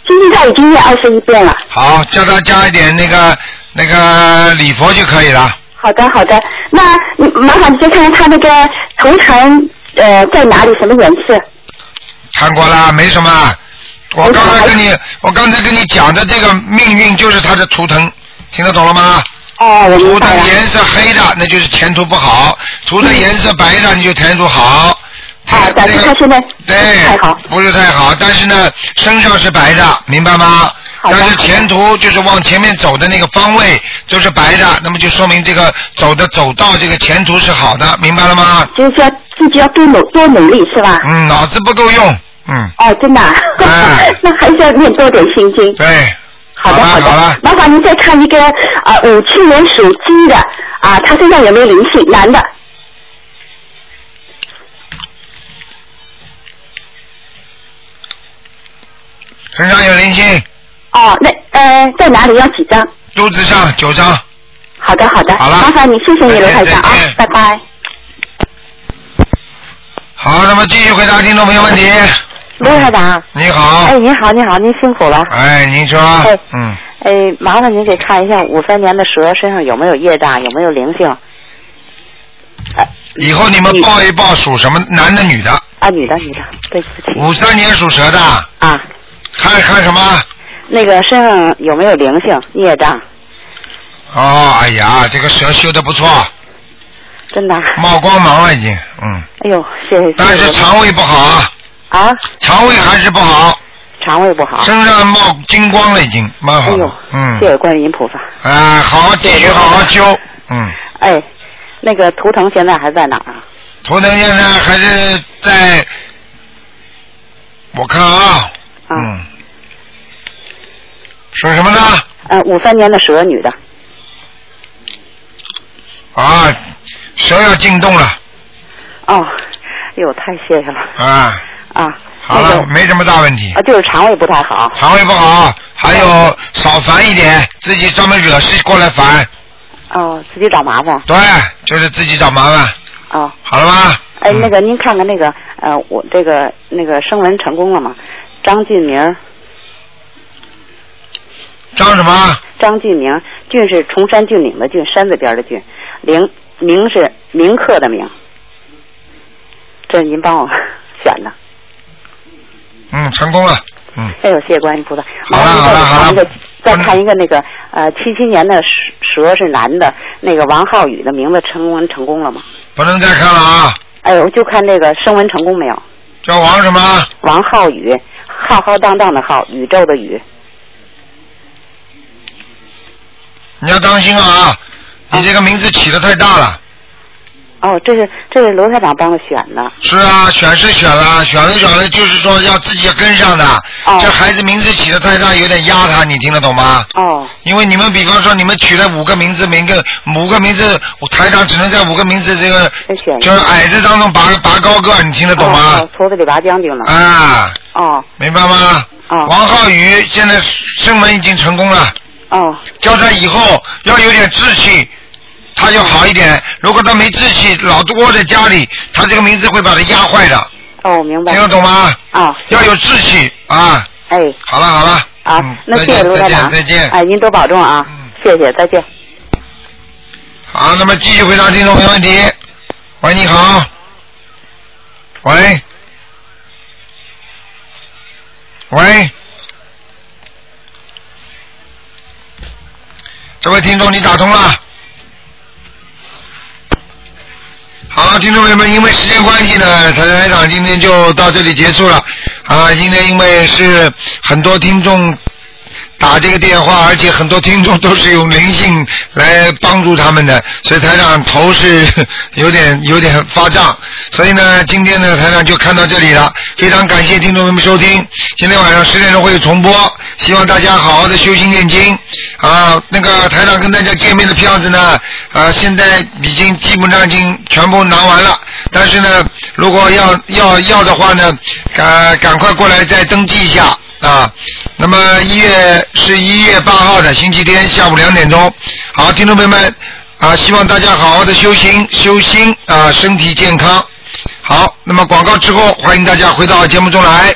[SPEAKER 12] 心经咒已经念二十一遍了。
[SPEAKER 1] 好，叫他加一点那个那个礼佛就可以了。
[SPEAKER 12] 好的，好的。那嗯麻烦你再看看他那个头疼呃在哪里，什么颜色？
[SPEAKER 1] 看过啦，没什么。啊我刚才跟你，我刚才跟你讲的这个命运就是他的图腾，听得懂了吗？
[SPEAKER 12] 哦，我
[SPEAKER 1] 图腾颜色黑的，那就是前途不好；图腾颜色白的，你就前途好。好，但是他
[SPEAKER 12] 现在
[SPEAKER 1] 对太好，不是太好，但是呢，身上是白的，明白吗？但是前途就是往前面走的那个方位就是白的，那么就说明这个走的走道这个前途是好的，明白了吗？
[SPEAKER 12] 就是要自己要多努多努力是吧？
[SPEAKER 1] 嗯，脑子不够用，嗯。
[SPEAKER 12] 哦，真的、啊。 那还是要念多点心经。
[SPEAKER 1] 哎对。
[SPEAKER 12] 好的，好的。麻烦您再看一个啊，五七年属鸡的啊，他身上有没有灵性？男的。
[SPEAKER 1] 身上有灵性，
[SPEAKER 12] 哦，那呃，在哪里要几张？
[SPEAKER 1] 肚子上九张。
[SPEAKER 12] 好的，好的。好了。麻烦你，谢谢你，刘台长啊，拜拜。
[SPEAKER 1] 好，那么继续回答听众朋友问题。
[SPEAKER 13] 卢台长。
[SPEAKER 1] 你好。
[SPEAKER 13] 哎，您好，您好，您辛苦了。
[SPEAKER 1] 哎，您说，
[SPEAKER 13] 哎
[SPEAKER 1] 嗯，
[SPEAKER 13] 哎，麻烦您给看一下五三年的蛇身上有没有业障，有没有灵性？
[SPEAKER 1] 以后你们报一报属什么男的女的？
[SPEAKER 13] 啊，女的，女的，对不起。
[SPEAKER 1] 五三年属蛇的。
[SPEAKER 13] 嗯啊。
[SPEAKER 1] 看看什么？
[SPEAKER 13] 那个身上有没有灵性业障？
[SPEAKER 1] 哦，哎呀，这个蛇修的不错，
[SPEAKER 13] 真的啊。
[SPEAKER 1] 冒光芒了已经，嗯。
[SPEAKER 13] 哎呦，谢谢。
[SPEAKER 1] 但是肠胃不好啊。
[SPEAKER 13] 啊。
[SPEAKER 1] 肠胃还是不好。
[SPEAKER 13] 肠胃不好。
[SPEAKER 1] 身上冒金光了已经，蛮好的，嗯。
[SPEAKER 13] 哎谢谢观世音菩萨。
[SPEAKER 1] 啊，好好继续好好修，嗯。
[SPEAKER 13] 哎，那个图腾现在还在哪儿啊？
[SPEAKER 1] 图腾现在还是在，我看啊，嗯，属什么呢？
[SPEAKER 13] 呃，五三年的蛇女的。
[SPEAKER 1] 啊，蛇要进洞了
[SPEAKER 13] 哦，哎呦，太谢谢了
[SPEAKER 1] 啊，
[SPEAKER 13] 啊！
[SPEAKER 1] 好了，没什么大问题，
[SPEAKER 13] 啊，就是肠胃不太好。啊
[SPEAKER 1] 肠胃不好，还有少烦一点，自己专门惹事过来烦，
[SPEAKER 13] 哦，自己找麻烦。
[SPEAKER 1] 对，就是自己找麻烦，
[SPEAKER 13] 哦，
[SPEAKER 1] 好了吗？
[SPEAKER 13] 哎，那个您看看那个呃，我这个那个声纹成功了吗？张俊明儿，
[SPEAKER 1] 张什么？
[SPEAKER 13] 张俊明儿，俊是崇山峻岭的峻，山字边儿的峻，明明是铭刻的铭，这是您帮我 选的。
[SPEAKER 1] 嗯，成功了，
[SPEAKER 13] 哎呦，谢谢观音菩萨。好了好了好了，再
[SPEAKER 1] 嗯
[SPEAKER 13] 看一个那个呃七七年的蛇是男的，那个王浩宇的名字成文成功了吗？
[SPEAKER 1] 不能再看了啊，
[SPEAKER 13] 哎呦，就看这个声纹成功没有？
[SPEAKER 1] 叫王什么？
[SPEAKER 13] 王浩宇，浩浩荡荡的浩，宇宙的宇。
[SPEAKER 1] 你要当心啊，你这个名字起的太大了。
[SPEAKER 13] 哦，这是这是罗台长帮我选的。
[SPEAKER 1] 是啊，选是选了，选了选了，就是说要自己跟上的。这孩子名字起的太大，有点压他，你听得懂吗？
[SPEAKER 13] 哦。
[SPEAKER 1] 因为你们比方说你们取了五个名字，每个五个名字，我台长只能在五个名字这个就是矮子当中拔拔高个，你听得懂吗？
[SPEAKER 13] 哦，矬子里拔将军了。
[SPEAKER 1] 啊，
[SPEAKER 13] 哦
[SPEAKER 1] 明白吗？
[SPEAKER 13] 哦
[SPEAKER 1] 王浩宇现在声纹已经成功了。
[SPEAKER 13] 哦。
[SPEAKER 1] 叫他以后要有点志气，他就好一点。如果他没志气，老窝在家里，他这个名字会把他压坏的。
[SPEAKER 13] 哦，明白。
[SPEAKER 1] 听得懂吗？
[SPEAKER 13] 啊。
[SPEAKER 1] 要有志气啊！
[SPEAKER 13] 哎。
[SPEAKER 1] 好了好了。嗯
[SPEAKER 13] 啊，那
[SPEAKER 1] 再
[SPEAKER 13] 谢谢
[SPEAKER 1] 见
[SPEAKER 13] 卢
[SPEAKER 1] 再
[SPEAKER 13] 台长。
[SPEAKER 1] 见再见。嗯
[SPEAKER 13] 哎，您多保重啊，谢谢，再见。
[SPEAKER 1] 好，那么继续回答听众朋友问题。喂，你好。喂。喂。这位听众，你打通了。好，听众朋友们，因为时间关系呢，台台长今天就到这里结束了。啊，今天因为是很多听众打这个电话，而且很多听众都是用灵性来帮助他们的，所以台长头是 有点有点发胀。所以呢，今天呢台长就看到这里了，非常感谢听众朋友们收听。今天晚上十点钟会有重播，希望大家好好的修心念经啊。那个台长跟大家见面的票子呢，啊，现在已经基本上已经全部拿完了，但是呢，如果要要要的话呢，赶赶快过来再登记一下。啊，那么一月是一月八号的星期天下午两点钟。好，听众朋友们啊，希望大家好好的修行修心啊，身体健康。好，那么广告之后，欢迎大家回到节目中来。